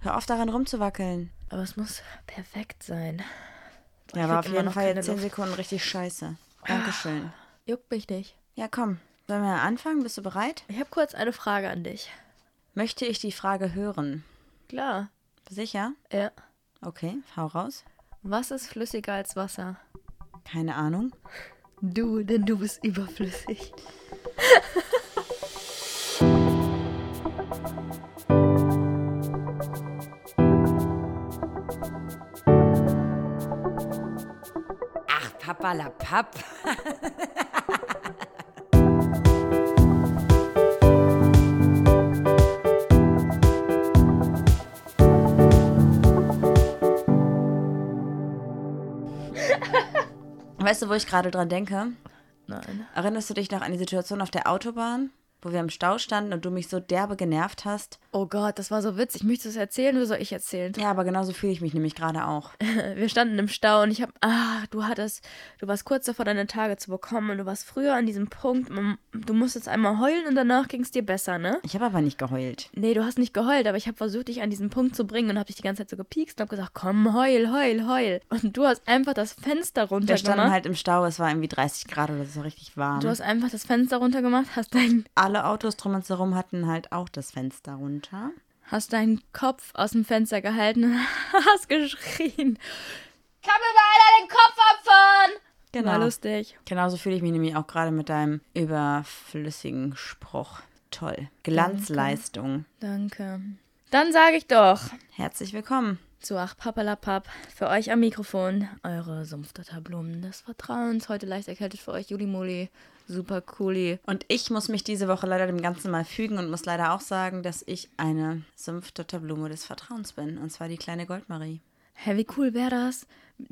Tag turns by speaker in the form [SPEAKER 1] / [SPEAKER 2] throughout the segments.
[SPEAKER 1] Hör auf daran rumzuwackeln.
[SPEAKER 2] Aber es muss perfekt sein.
[SPEAKER 1] Ja, war
[SPEAKER 2] Ich hab
[SPEAKER 1] auf
[SPEAKER 2] immer
[SPEAKER 1] jeden
[SPEAKER 2] noch
[SPEAKER 1] Fall
[SPEAKER 2] keine
[SPEAKER 1] jetzt 10
[SPEAKER 2] Luft. Ah.
[SPEAKER 1] Sekunden richtig scheiße. Dankeschön.
[SPEAKER 2] Juckt mich nicht.
[SPEAKER 1] Ja, komm. Sollen wir anfangen? Bist du bereit?
[SPEAKER 2] Ich habe kurz eine Frage an dich.
[SPEAKER 1] Möchte ich die Frage hören?
[SPEAKER 2] Klar.
[SPEAKER 1] Sicher?
[SPEAKER 2] Ja.
[SPEAKER 1] Okay, hau raus.
[SPEAKER 2] Was ist flüssiger als Wasser?
[SPEAKER 1] Keine Ahnung.
[SPEAKER 2] Du, denn du bist überflüssig.
[SPEAKER 3] Ach, papalapap.
[SPEAKER 1] Weißt du, wo ich gerade dran denke?
[SPEAKER 2] Nein.
[SPEAKER 1] Erinnerst du dich noch an die Situation auf der Autobahn, wo wir im Stau standen und du mich so derbe genervt hast?
[SPEAKER 2] Oh Gott, das war so witzig. Möchtest du es erzählen oder soll ich erzählen?
[SPEAKER 1] Ja, aber genauso fühle ich mich nämlich gerade auch.
[SPEAKER 2] Wir standen im Stau und ich habe, ah, du hattest, du warst kurz davor, deine Tage zu bekommen und du warst früher an diesem Punkt, man- du musstest einmal heulen und danach ging es dir besser, ne?
[SPEAKER 1] Ich habe aber nicht geheult.
[SPEAKER 2] Nee, du hast nicht geheult, aber ich habe versucht, dich an diesen Punkt zu bringen und habe dich die ganze Zeit so gepiekst und habe gesagt, komm, heul, heul, heul. Und du hast einfach das Fenster runter
[SPEAKER 1] Wir standen
[SPEAKER 2] gemacht.
[SPEAKER 1] halt im Stau, es war irgendwie 30 Grad oder so richtig warm.
[SPEAKER 2] Du hast einfach das Fenster runter gemacht, hast deinen
[SPEAKER 1] Alle Autos drum und herum hatten halt auch das Fenster runter.
[SPEAKER 2] hast deinen Kopf aus dem Fenster gehalten und hast geschrien. Kann mir mal einer den Kopf abfahren!
[SPEAKER 1] Genau.
[SPEAKER 2] War lustig.
[SPEAKER 1] Genauso fühle ich mich nämlich auch gerade mit deinem überflüssigen Spruch. Toll. Glanzleistung.
[SPEAKER 2] Danke. Dann sage ich doch
[SPEAKER 1] Herzlich willkommen.
[SPEAKER 2] zu Ach Papalapap für euch am Mikrofon eure Sumpfdotterblumen des Vertrauens. Heute leicht erkältet für euch, Juli Muli. Super cooli.
[SPEAKER 1] Und ich muss mich diese Woche leider dem Ganzen mal fügen und muss leider auch sagen, dass ich eine Sumpfdotterblume des Vertrauens bin. Und zwar die kleine Goldmarie.
[SPEAKER 2] Hä, wie cool wäre das?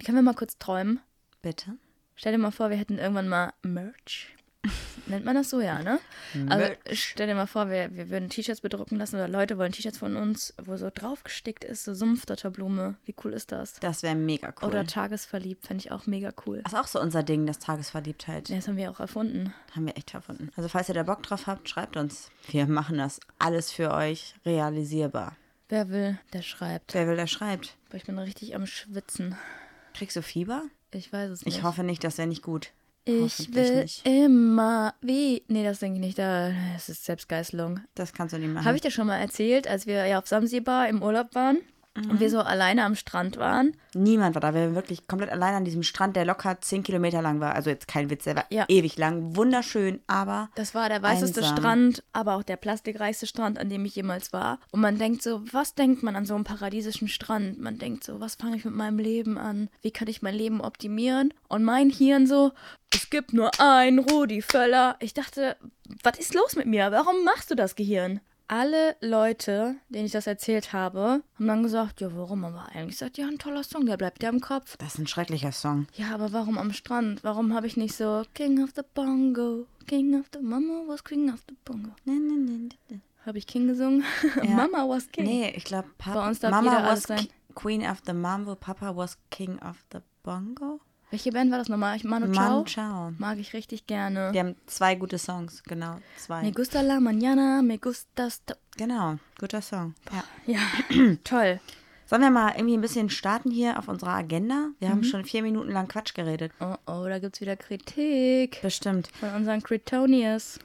[SPEAKER 2] Können wir mal kurz träumen?
[SPEAKER 1] Bitte?
[SPEAKER 2] Stell dir mal vor, wir hätten irgendwann mal Merch. Nennt man das so, ja, ne? Also stell dir mal vor, wir, wir würden T-Shirts bedrucken lassen oder Leute wollen T-Shirts von uns, wo so draufgestickt ist, so Sumpfdotterblume. Wie cool ist das?
[SPEAKER 1] Das wäre mega cool.
[SPEAKER 2] Oder Tagesverliebt, fände ich auch mega cool.
[SPEAKER 1] das ist auch so unser Ding, das Tagesverliebtheit.
[SPEAKER 2] Ja, Das haben wir auch erfunden.
[SPEAKER 1] Haben wir echt erfunden. Also falls ihr da Bock drauf habt, schreibt uns. Wir machen das alles für euch realisierbar.
[SPEAKER 2] Wer will, der schreibt.
[SPEAKER 1] Wer will, der schreibt.
[SPEAKER 2] Boah, ich bin richtig am Schwitzen.
[SPEAKER 1] Kriegst du Fieber?
[SPEAKER 2] Ich weiß es nicht.
[SPEAKER 1] Ich hoffe nicht, das wäre nicht gut.
[SPEAKER 2] Ich
[SPEAKER 1] hoffentlich
[SPEAKER 2] will
[SPEAKER 1] nicht.
[SPEAKER 2] immer wie. Nee, das denke ich nicht. Da, das ist Selbstgeißelung.
[SPEAKER 1] Das kannst du nicht machen.
[SPEAKER 2] Habe ich dir schon mal erzählt, als wir ja auf Samsibar im Urlaub waren und wir so alleine am Strand waren?
[SPEAKER 1] Niemand war da. Wir waren wirklich komplett allein an diesem Strand, der locker 10 Kilometer lang war. Also jetzt kein Witz, der war
[SPEAKER 2] Ja.
[SPEAKER 1] ewig lang. Wunderschön, aber
[SPEAKER 2] Das war der weißeste
[SPEAKER 1] Einsam.
[SPEAKER 2] Strand, aber auch der plastikreichste Strand, an dem ich jemals war. Und man denkt so, was denkt man an so einem paradiesischen Strand? Man denkt so, was fange ich mit meinem Leben an? Wie kann ich mein Leben optimieren? Und mein Hirn so, es gibt nur einen Rudi Völler. Ich dachte, was ist los mit mir? Warum machst du das Gehirn? Alle Leute, denen ich das erzählt habe, haben dann gesagt, ja, warum? Aber eigentlich sagt ja ein toller Song, der bleibt ja im Kopf.
[SPEAKER 1] das ist ein schrecklicher Song.
[SPEAKER 2] Ja, aber warum am Strand? Warum habe ich nicht so King of the Bongo, King of the Mama was King of the Bongo?
[SPEAKER 1] Nee, nee, nee, nee.
[SPEAKER 2] Habe ich King gesungen? Mama was King.
[SPEAKER 1] Nee, ich glaube,
[SPEAKER 2] Bei
[SPEAKER 1] Papa
[SPEAKER 2] uns darf
[SPEAKER 1] Mama
[SPEAKER 2] jeder
[SPEAKER 1] was
[SPEAKER 2] alles sein.
[SPEAKER 1] Ki- Queen of the Mambo, Papa was King of the Bongo.
[SPEAKER 2] Welche Band war das nochmal? Ich, Manu Chao?
[SPEAKER 1] Manu Chao.
[SPEAKER 2] Mag ich richtig gerne.
[SPEAKER 1] Wir haben zwei gute Songs, genau, zwei.
[SPEAKER 2] Me gusta la mañana, me gustas... to-
[SPEAKER 1] genau, guter Song. Ja.
[SPEAKER 2] Ja, toll.
[SPEAKER 1] Sollen wir mal irgendwie ein bisschen starten hier auf unserer Agenda? Wir
[SPEAKER 2] Mhm.
[SPEAKER 1] haben schon vier Minuten lang Quatsch geredet.
[SPEAKER 2] Oh, oh, da gibt's wieder Kritik
[SPEAKER 1] Bestimmt.
[SPEAKER 2] von unseren Critonius.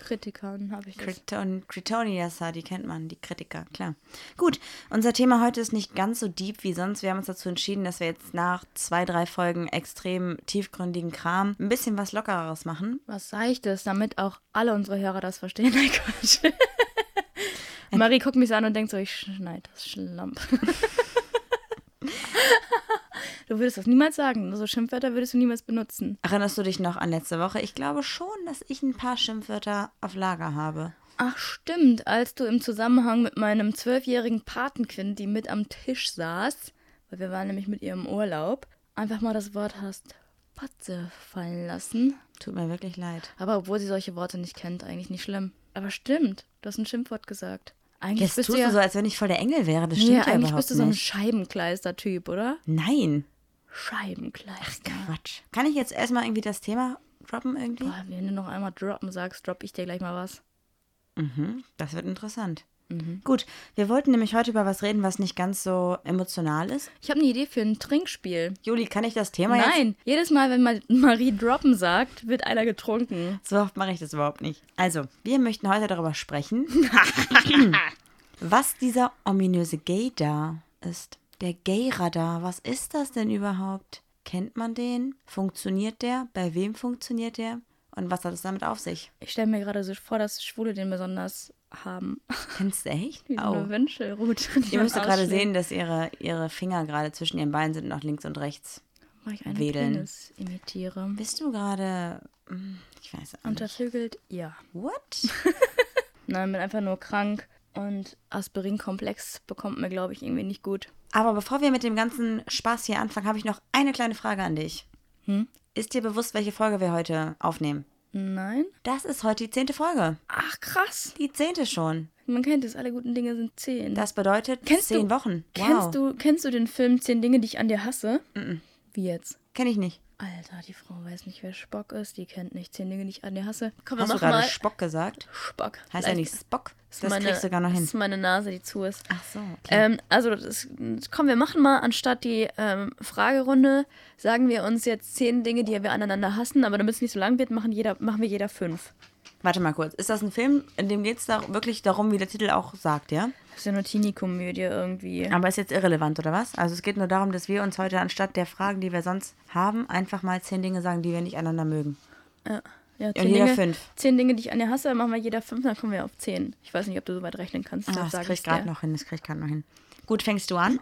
[SPEAKER 2] Kritikern habe ich das.
[SPEAKER 1] Kriton, Kritoniasa, die kennt man, die Kritiker, klar. Gut, unser Thema heute ist nicht ganz so deep wie sonst. Wir haben uns dazu entschieden, dass wir jetzt nach zwei, drei Folgen extrem tiefgründigen Kram ein bisschen was Lockereres machen.
[SPEAKER 2] Was Seichtes, damit auch alle unsere Hörer das verstehen. Nein, Quatsch. Marie guckt mich so an und denkt so, ich schneide das Schlamp. du würdest das niemals sagen. So Schimpfwörter würdest du niemals benutzen.
[SPEAKER 1] Erinnerst du dich noch an letzte Woche? Ich glaube schon, dass ich ein paar Schimpfwörter auf Lager habe.
[SPEAKER 2] Ach stimmt, als du im Zusammenhang mit meinem zwölfjährigen Patenkind, die mit am Tisch saß, weil wir waren nämlich mit ihr im Urlaub, einfach mal das Wort hast Patze fallen lassen.
[SPEAKER 1] Tut mir wirklich leid.
[SPEAKER 2] Aber obwohl sie solche Worte nicht kennt, eigentlich nicht schlimm. Aber stimmt, du hast ein Schimpfwort gesagt. Eigentlich
[SPEAKER 1] Jetzt
[SPEAKER 2] bist
[SPEAKER 1] tust
[SPEAKER 2] du ja
[SPEAKER 1] du so, als wenn ich voll der Engel wäre. Das
[SPEAKER 2] Nee,
[SPEAKER 1] stimmt ja,
[SPEAKER 2] eigentlich
[SPEAKER 1] überhaupt
[SPEAKER 2] bist du so ein
[SPEAKER 1] nicht.
[SPEAKER 2] Scheibenkleister-Typ, oder?
[SPEAKER 1] Nein.
[SPEAKER 2] Scheibenkleister.
[SPEAKER 1] Quatsch. Kann ich jetzt erstmal irgendwie das Thema droppen irgendwie?
[SPEAKER 2] Boah, wenn du noch einmal droppen sagst, droppe ich dir gleich mal was.
[SPEAKER 1] Mhm, das wird interessant. Gut, wir wollten nämlich heute über was reden, was nicht ganz so emotional ist.
[SPEAKER 2] Ich habe eine Idee für ein Trinkspiel.
[SPEAKER 1] Juli, kann ich das Thema jetzt?
[SPEAKER 2] Nein, jedes Mal, wenn man Marie droppen sagt, wird einer getrunken.
[SPEAKER 1] So oft mache ich das überhaupt nicht. Also, wir möchten heute darüber sprechen, was dieser ominöse Gaydar ist. Der Gay-Radar, was ist das denn überhaupt? Kennt man den? Funktioniert der? Bei wem funktioniert der? Und was hat es damit auf sich?
[SPEAKER 2] Ich stelle mir gerade so vor, dass Schwule den besonders haben.
[SPEAKER 1] Kennst du echt?
[SPEAKER 2] Wie so
[SPEAKER 1] Au.
[SPEAKER 2] eine Wünsche ruht.
[SPEAKER 1] Ihr müsst doch gerade sehen, dass ihre, ihre Finger gerade zwischen ihren Beinen sind und nach links und rechts.
[SPEAKER 2] Weil ich einen
[SPEAKER 1] wedeln.
[SPEAKER 2] Penis imitiere.
[SPEAKER 1] Bist du gerade. hm, Ich weiß auch nicht.
[SPEAKER 2] Untervögelt? Ja.
[SPEAKER 1] What?
[SPEAKER 2] Nein, bin einfach nur krank. Und Aspirin-Komplex bekommt mir, glaube ich, irgendwie nicht gut.
[SPEAKER 1] Aber bevor wir mit dem ganzen Spaß hier anfangen, habe ich noch eine kleine Frage an dich.
[SPEAKER 2] Hm?
[SPEAKER 1] Ist dir bewusst, welche Folge wir heute aufnehmen?
[SPEAKER 2] Nein?
[SPEAKER 1] Das ist heute die zehnte Folge.
[SPEAKER 2] Ach, krass.
[SPEAKER 1] Die zehnte schon.
[SPEAKER 2] Man kennt es, alle guten Dinge sind zehn.
[SPEAKER 1] Das bedeutet
[SPEAKER 2] Kennst
[SPEAKER 1] zehn
[SPEAKER 2] du-
[SPEAKER 1] Wochen.
[SPEAKER 2] Kennst, du, kennst du den Film Zehn Dinge, die ich an dir hasse? Wie jetzt?
[SPEAKER 1] Kenn ich nicht.
[SPEAKER 2] Alter, die Frau weiß nicht, wer Spock ist. Die kennt nicht Zehn Dinge, die ich an dir hasse. Komm, wir
[SPEAKER 1] Hast du
[SPEAKER 2] machen
[SPEAKER 1] gerade
[SPEAKER 2] mal.
[SPEAKER 1] Spock gesagt?
[SPEAKER 2] Spock.
[SPEAKER 1] Heißt ja
[SPEAKER 2] Vielleicht
[SPEAKER 1] nicht Spock.
[SPEAKER 2] ist
[SPEAKER 1] Das
[SPEAKER 2] meine-
[SPEAKER 1] kriegst du gar noch hin.
[SPEAKER 2] ist meine Nase, die zu ist.
[SPEAKER 1] Ach so. Okay.
[SPEAKER 2] Ähm, also, das ist, komm, wir machen mal anstatt die ähm, Fragerunde, sagen wir uns jetzt zehn Dinge, die wir aneinander hassen, aber damit es nicht so lang wird, machen, jeder, machen wir jeder fünf.
[SPEAKER 1] Warte mal kurz. Ist das ein Film, in dem geht es da wirklich darum, wie der Titel auch sagt, ja?
[SPEAKER 2] Das ist ja eine Teenie-Komödie irgendwie.
[SPEAKER 1] Aber ist jetzt irrelevant, oder was? Also es geht nur darum, dass wir uns heute anstatt der Fragen, die wir sonst haben, einfach mal zehn Dinge sagen, die wir nicht einander mögen.
[SPEAKER 2] Ja, ja
[SPEAKER 1] jeder
[SPEAKER 2] Dinge,
[SPEAKER 1] fünf.
[SPEAKER 2] Zehn Dinge, die ich an dir hasse, machen wir jeder fünf, dann kommen wir auf zehn. Ich weiß nicht, ob du so weit rechnen kannst.
[SPEAKER 1] Ah,
[SPEAKER 2] deshalb
[SPEAKER 1] das
[SPEAKER 2] sage
[SPEAKER 1] krieg ich
[SPEAKER 2] ich's dir.
[SPEAKER 1] gerade noch hin, das krieg ich gerade noch hin. Gut, fängst du an?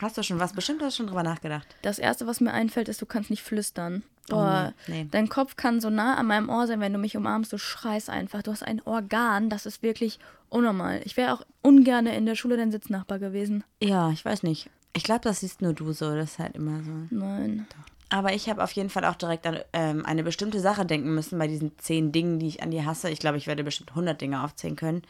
[SPEAKER 1] Hast du schon was? Bestimmt hast du schon drüber nachgedacht.
[SPEAKER 2] Das erste, was mir einfällt, ist, du kannst nicht flüstern. Boah,
[SPEAKER 1] Oh, nee.
[SPEAKER 2] dein Kopf kann so nah an meinem Ohr sein, wenn du mich umarmst, du schreist einfach. Du hast ein Organ, das ist wirklich unnormal. Ich wäre auch ungern in der Schule dein Sitznachbar gewesen.
[SPEAKER 1] Ja, ich weiß nicht. Ich glaube, das siehst nur du so, das ist halt immer so.
[SPEAKER 2] Nein.
[SPEAKER 1] Aber ich habe auf jeden Fall auch direkt an ähm, eine bestimmte Sache denken müssen bei diesen zehn Dingen, die ich an dir hasse. Ich glaube, ich werde bestimmt 100 Dinge aufzählen können.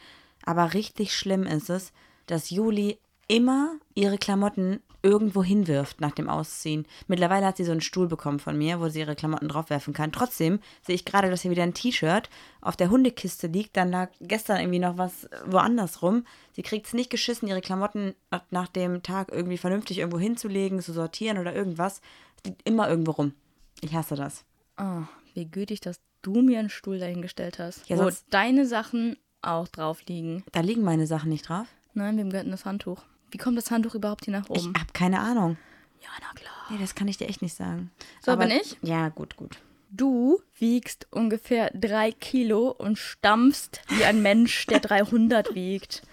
[SPEAKER 1] Aber richtig schlimm ist es, dass Juli immer ihre Klamotten irgendwo hinwirft nach dem Ausziehen. Mittlerweile hat sie so einen Stuhl bekommen von mir, wo sie ihre Klamotten draufwerfen kann. Trotzdem sehe ich gerade, dass hier wieder ein T-Shirt auf der Hundekiste liegt. Dann lag gestern irgendwie noch was woanders rum. Sie kriegt es nicht geschissen, ihre Klamotten nach- nach dem Tag irgendwie vernünftig irgendwo hinzulegen, zu sortieren oder irgendwas. Es liegt immer irgendwo rum. Ich hasse das.
[SPEAKER 2] Oh, wie gütig, dass du mir einen Stuhl dahingestellt hast,
[SPEAKER 1] Ja,
[SPEAKER 2] wo
[SPEAKER 1] sonst-
[SPEAKER 2] deine Sachen auch drauf liegen.
[SPEAKER 1] Da liegen meine Sachen nicht drauf.
[SPEAKER 2] Nein, wem gehört denn das Handtuch? Wie kommt das Handtuch überhaupt hier nach
[SPEAKER 1] Ich
[SPEAKER 2] oben?
[SPEAKER 1] habe keine Ahnung.
[SPEAKER 2] ja, na klar.
[SPEAKER 1] Nee, das kann ich dir echt nicht sagen.
[SPEAKER 2] So bin ich?
[SPEAKER 1] Ja, gut, gut.
[SPEAKER 2] Du wiegst ungefähr drei Kilo und stampfst wie ein Mensch, der 300 wiegt.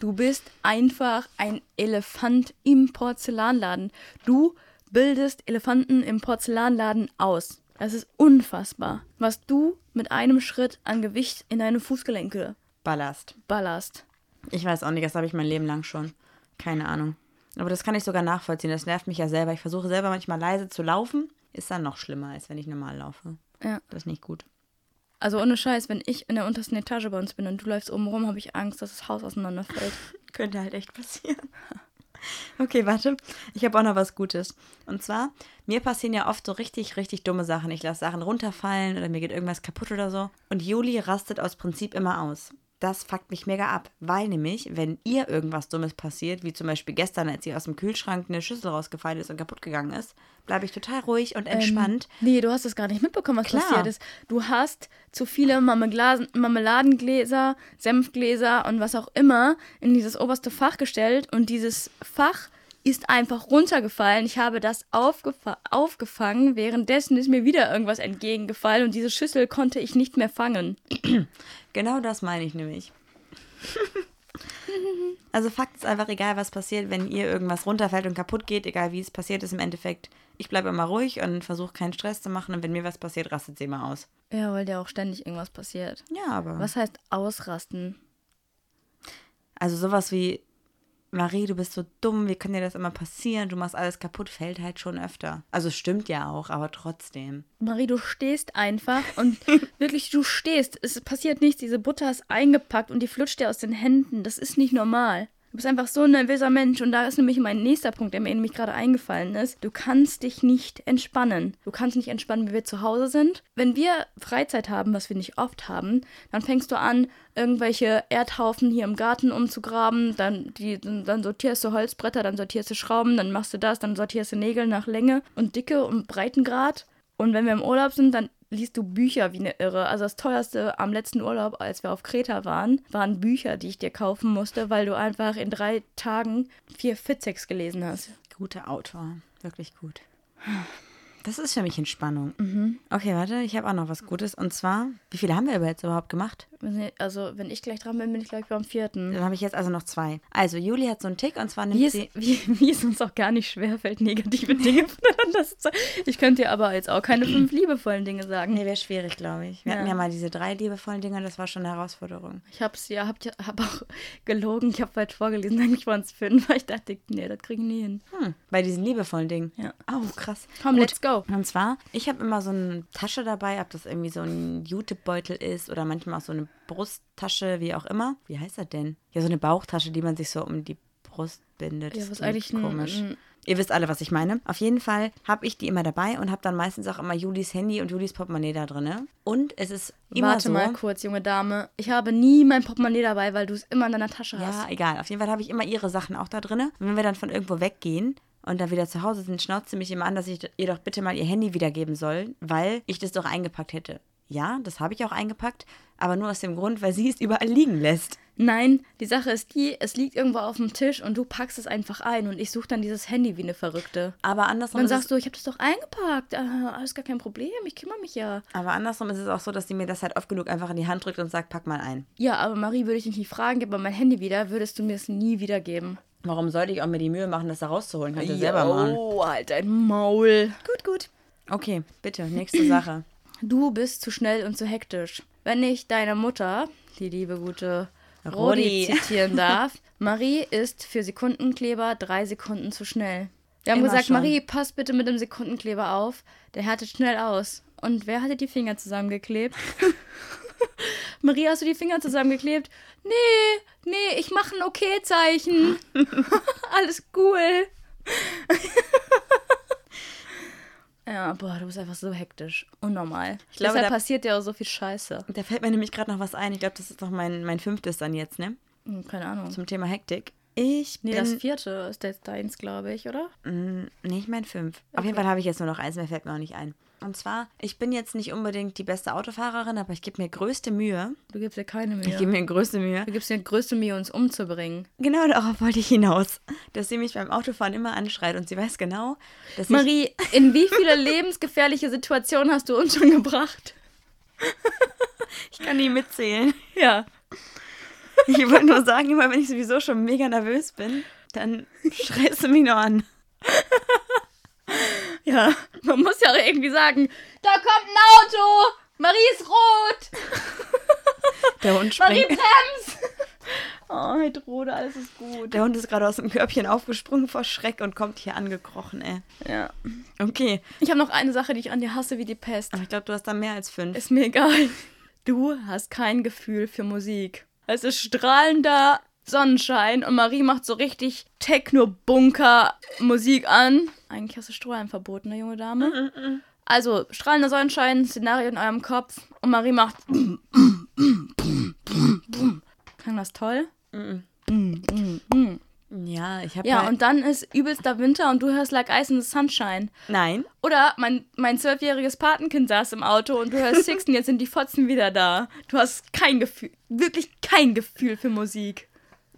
[SPEAKER 2] Du bist einfach ein Elefant im Porzellanladen. Du bildest Elefanten im Porzellanladen aus. Das ist unfassbar, was du mit einem Schritt an Gewicht in deine Fußgelenke
[SPEAKER 1] Ballast.
[SPEAKER 2] ballerst.
[SPEAKER 1] Ich weiß auch nicht, das habe ich mein Leben lang schon. Keine Ahnung. Aber das kann ich sogar nachvollziehen. Das nervt mich ja selber. Ich versuche selber manchmal leise zu laufen. Ist dann noch schlimmer, als wenn ich normal laufe.
[SPEAKER 2] Ja.
[SPEAKER 1] Das ist nicht gut.
[SPEAKER 2] Also ohne Scheiß, wenn ich in der untersten Etage bei uns bin und du läufst oben rum, habe ich Angst, dass das Haus auseinanderfällt.
[SPEAKER 1] Könnte halt echt passieren. Okay, warte. Ich habe auch noch was Gutes. Und zwar, mir passieren ja oft so richtig, richtig dumme Sachen. Ich lasse Sachen runterfallen oder mir geht irgendwas kaputt oder so. Und Juli rastet aus Prinzip immer aus. Das fuckt mich mega ab, weil nämlich, wenn ihr irgendwas Dummes passiert, wie zum Beispiel gestern, als ihr aus dem Kühlschrank eine Schüssel rausgefallen ist und kaputt gegangen ist, bleibe ich total ruhig und entspannt.
[SPEAKER 2] Ähm, Nee, du hast es gar nicht mitbekommen, was
[SPEAKER 1] Klar.
[SPEAKER 2] passiert ist. Du hast zu viele Marmeladen- Marmeladengläser, Senfgläser und was auch immer in dieses oberste Fach gestellt und dieses Fach ist einfach runtergefallen. Ich habe das aufgefa aufgefangen. Währenddessen ist mir wieder irgendwas entgegengefallen und diese Schüssel konnte ich nicht mehr fangen.
[SPEAKER 1] Genau das meine ich nämlich. also Fakt ist einfach egal, was passiert, wenn ihr irgendwas runterfällt und kaputt geht, egal wie es passiert ist im Endeffekt. Ich bleibe immer ruhig und versuche keinen Stress zu machen und wenn mir was passiert, rastet sie immer aus.
[SPEAKER 2] Ja, weil dir auch ständig irgendwas passiert.
[SPEAKER 1] Ja, aber.
[SPEAKER 2] Was heißt ausrasten?
[SPEAKER 1] Also sowas wie, Marie, du bist so dumm, wie kann dir das immer passieren? Du machst alles kaputt, fällt halt schon öfter. Also es stimmt ja auch, aber trotzdem.
[SPEAKER 2] Marie, du stehst einfach und wirklich, du stehst. Es passiert nichts. Diese Butter ist eingepackt und die flutscht dir aus den Händen. Das ist nicht normal. Du bist einfach so ein nervöser Mensch und da ist nämlich mein nächster Punkt, der mir nämlich gerade eingefallen ist. Du kannst dich nicht entspannen. Du kannst nicht entspannen, wenn wir zu Hause sind. Wenn wir Freizeit haben, was wir nicht oft haben, dann fängst du an, irgendwelche Erdhaufen hier im Garten umzugraben, dann, die, dann sortierst du Holzbretter, dann sortierst du Schrauben, dann machst du das, dann sortierst du Nägel nach Länge und Dicke und Breitengrad. Und wenn wir im Urlaub sind, dann liest du Bücher wie eine Irre. Also das teuerste am letzten Urlaub, als wir auf Kreta waren, waren Bücher, die ich dir kaufen musste, weil du einfach in drei Tagen vier Fitzeks gelesen hast.
[SPEAKER 1] Guter Autor, wirklich gut. Das ist für mich Entspannung. Okay, warte, ich habe auch noch was Gutes. Und zwar, wie viele haben wir jetzt überhaupt gemacht?
[SPEAKER 2] Also wenn ich gleich dran bin, bin ich gleich beim vierten.
[SPEAKER 1] Dann habe ich jetzt also noch zwei. Also, Juli hat so einen Tick und zwar nimmt
[SPEAKER 2] Wie es,
[SPEAKER 1] sie.
[SPEAKER 2] wie, wie es uns auch gar nicht schwerfällt, negative Dinge voneinander zu sagen. Ich könnte dir aber jetzt auch keine fünf liebevollen Dinge sagen.
[SPEAKER 1] Nee, wäre schwierig, glaube ich. Wir
[SPEAKER 2] Ja.
[SPEAKER 1] hatten ja mal diese drei liebevollen Dinge, das war schon eine Herausforderung.
[SPEAKER 2] Ich hab's ja, hab, hab auch gelogen, ich habe halt vorgelesen, eigentlich waren es fünf, weil ich dachte, nee, das kriegen wir nie hin.
[SPEAKER 1] Hm, bei diesen liebevollen Dingen.
[SPEAKER 2] Ja.
[SPEAKER 1] Oh, krass.
[SPEAKER 2] Komm,
[SPEAKER 1] Gut.
[SPEAKER 2] let's go.
[SPEAKER 1] Und zwar, ich habe immer so eine Tasche dabei, ob das irgendwie so ein Jutebeutel ist oder manchmal auch so eine Brusttasche, wie auch immer. Wie heißt das denn? Ja, so eine Bauchtasche, die man sich so um die Brust bindet.
[SPEAKER 2] Ja,
[SPEAKER 1] Das
[SPEAKER 2] was
[SPEAKER 1] klingt
[SPEAKER 2] eigentlich ein-
[SPEAKER 1] komisch.
[SPEAKER 2] ein-
[SPEAKER 1] Ihr wisst alle, was ich meine. Auf jeden Fall habe ich die immer dabei und habe dann meistens auch immer Julis Handy und Julis Portemonnaie da drin. Und es ist immer
[SPEAKER 2] Warte
[SPEAKER 1] so.
[SPEAKER 2] mal kurz, junge Dame. Ich habe nie mein Portemonnaie dabei, weil du es immer in deiner Tasche
[SPEAKER 1] Ja,
[SPEAKER 2] hast.
[SPEAKER 1] egal. Auf jeden Fall habe ich immer ihre Sachen auch da drin. Und wenn wir dann von irgendwo weggehen und dann wieder zu Hause sind, schnauzt sie mich immer an, dass ich ihr doch bitte mal ihr Handy wiedergeben soll, weil ich das doch eingepackt hätte. Ja, das habe ich auch eingepackt, aber nur aus dem Grund, weil sie es überall liegen lässt.
[SPEAKER 2] Nein, die Sache ist die, es liegt irgendwo auf dem Tisch und du packst es einfach ein und ich suche dann dieses Handy wie eine Verrückte.
[SPEAKER 1] Aber andersrum,
[SPEAKER 2] Dann
[SPEAKER 1] ist
[SPEAKER 2] sagst
[SPEAKER 1] es,
[SPEAKER 2] du, ich habe das doch eingepackt. Äh, alles gar kein Problem, ich kümmere mich ja.
[SPEAKER 1] aber andersrum ist es auch so, dass sie mir das halt oft genug einfach in die Hand drückt und sagt, pack mal ein.
[SPEAKER 2] Ja, aber Marie würde ich dich nicht fragen, gib mal mein Handy wieder, würdest du mir es nie wiedergeben.
[SPEAKER 1] Warum sollte ich auch mir die Mühe machen, das da rauszuholen? Kannst du selber machen.
[SPEAKER 2] Oh, halt dein Maul.
[SPEAKER 1] Gut, gut. Okay, bitte, nächste Sache.
[SPEAKER 2] Du bist zu schnell und zu hektisch. Wenn ich deine Mutter, die liebe gute
[SPEAKER 1] Rodi.
[SPEAKER 2] Rodi, zitieren darf, Marie ist für Sekundenkleber drei Sekunden zu schnell. Wir haben
[SPEAKER 1] Immer
[SPEAKER 2] gesagt,
[SPEAKER 1] schon.
[SPEAKER 2] Marie, pass bitte mit dem Sekundenkleber auf. Der härtet schnell aus. Und wer hatte die Finger zusammengeklebt? Marie, hast du die Finger zusammengeklebt? Nee, nee, ich mache ein Okay-Zeichen. Alles cool. Ja, boah, du bist einfach so hektisch. Unnormal. Ich
[SPEAKER 1] glaube,
[SPEAKER 2] glaube, Deshalb
[SPEAKER 1] da-
[SPEAKER 2] passiert dir auch so viel Scheiße.
[SPEAKER 1] Da fällt mir nämlich gerade noch was ein. Ich glaube, das ist noch mein, mein fünftes dann jetzt, ne?
[SPEAKER 2] Hm, Keine Ahnung.
[SPEAKER 1] Zum Thema Hektik. Ich
[SPEAKER 2] Nee,
[SPEAKER 1] bin
[SPEAKER 2] das vierte ist jetzt deins, glaube ich, oder?
[SPEAKER 1] Nee, ich meine fünf. Auf jeden Fall habe ich jetzt nur noch eins, mehr fällt mir auch nicht ein. Und zwar, ich bin jetzt nicht unbedingt die beste Autofahrerin, aber ich gebe mir größte Mühe.
[SPEAKER 2] Du gibst dir keine Mühe.
[SPEAKER 1] Ich gebe mir größte Mühe.
[SPEAKER 2] du gibst dir größte Mühe, uns umzubringen.
[SPEAKER 1] Genau darauf wollte ich hinaus, dass sie mich beim Autofahren immer anschreit und sie weiß genau, dass
[SPEAKER 2] Marie, in wie viele lebensgefährliche Situationen hast du uns schon gebracht?
[SPEAKER 1] ich, ich kann nie mitzählen.
[SPEAKER 2] Ja.
[SPEAKER 1] Ich wollte nur sagen, immer wenn ich sowieso schon mega nervös bin, dann schreist du mich noch an.
[SPEAKER 2] Ja. Man muss ja auch irgendwie sagen, da kommt ein Auto! Marie ist rot!
[SPEAKER 1] Der Hund
[SPEAKER 2] Marie
[SPEAKER 1] springt.
[SPEAKER 2] bremst! Oh, Hedrode, alles ist gut.
[SPEAKER 1] Der Hund ist gerade aus dem Körbchen aufgesprungen vor Schreck und kommt hier angekrochen, ey.
[SPEAKER 2] Ja.
[SPEAKER 1] Okay,
[SPEAKER 2] Ich habe noch eine Sache, die ich an dir hasse wie die Pest.
[SPEAKER 1] aber ich glaube, du hast da mehr als fünf.
[SPEAKER 2] Ist mir egal. Du hast kein Gefühl für Musik. Es ist strahlender Sonnenschein und Marie macht so richtig Techno-Bunker-Musik an. Eigentlich hast du Strahlen verboten, ne, junge Dame? Also, strahlender Sonnenschein, Szenario in eurem Kopf und Marie macht. Klang das toll?
[SPEAKER 1] Ja, ich halt habe
[SPEAKER 2] Ja, und dann ist übelster Winter und du hörst Like Ice in the Sunshine.
[SPEAKER 1] Nein.
[SPEAKER 2] Oder mein, mein zwölfjähriges Patenkind saß im Auto und du hörst Sixten, jetzt sind die Fotzen wieder da. Du hast kein Gefühl, wirklich kein Gefühl für Musik.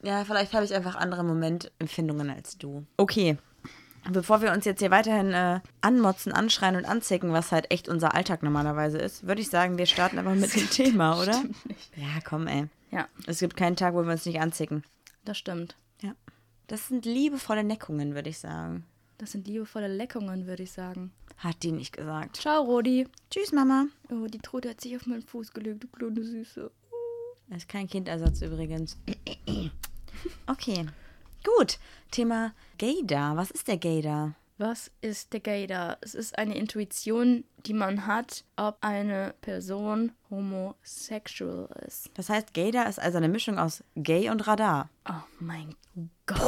[SPEAKER 1] Ja, vielleicht habe ich einfach andere Momentempfindungen als du. Okay. Bevor wir uns jetzt hier weiterhin äh, anmotzen, anschreien und anzicken, was halt echt unser Alltag normalerweise ist, würde ich sagen, wir starten einfach mit dem Thema, oder? Ja, komm, ey.
[SPEAKER 2] Ja,
[SPEAKER 1] Es gibt keinen Tag, wo wir uns nicht anzicken.
[SPEAKER 2] das stimmt.
[SPEAKER 1] Ja. Das sind liebevolle Neckungen, würde ich sagen.
[SPEAKER 2] Das sind liebevolle Leckungen, würde ich sagen.
[SPEAKER 1] Hat die nicht gesagt.
[SPEAKER 2] Ciao, Rodi.
[SPEAKER 1] Tschüss, Mama.
[SPEAKER 2] Oh, die Trude hat sich auf meinen Fuß gelegt, du kleine Süße.
[SPEAKER 1] Das ist kein Kindersatz übrigens. Okay. Gut. Thema Gaydar. Was ist der Gaydar?
[SPEAKER 2] Was ist der Gator? Es ist eine Intuition, die man hat, ob eine Person homosexuell ist.
[SPEAKER 1] Das heißt, Gator ist also eine Mischung aus Gay und Radar.
[SPEAKER 2] Oh mein Gott.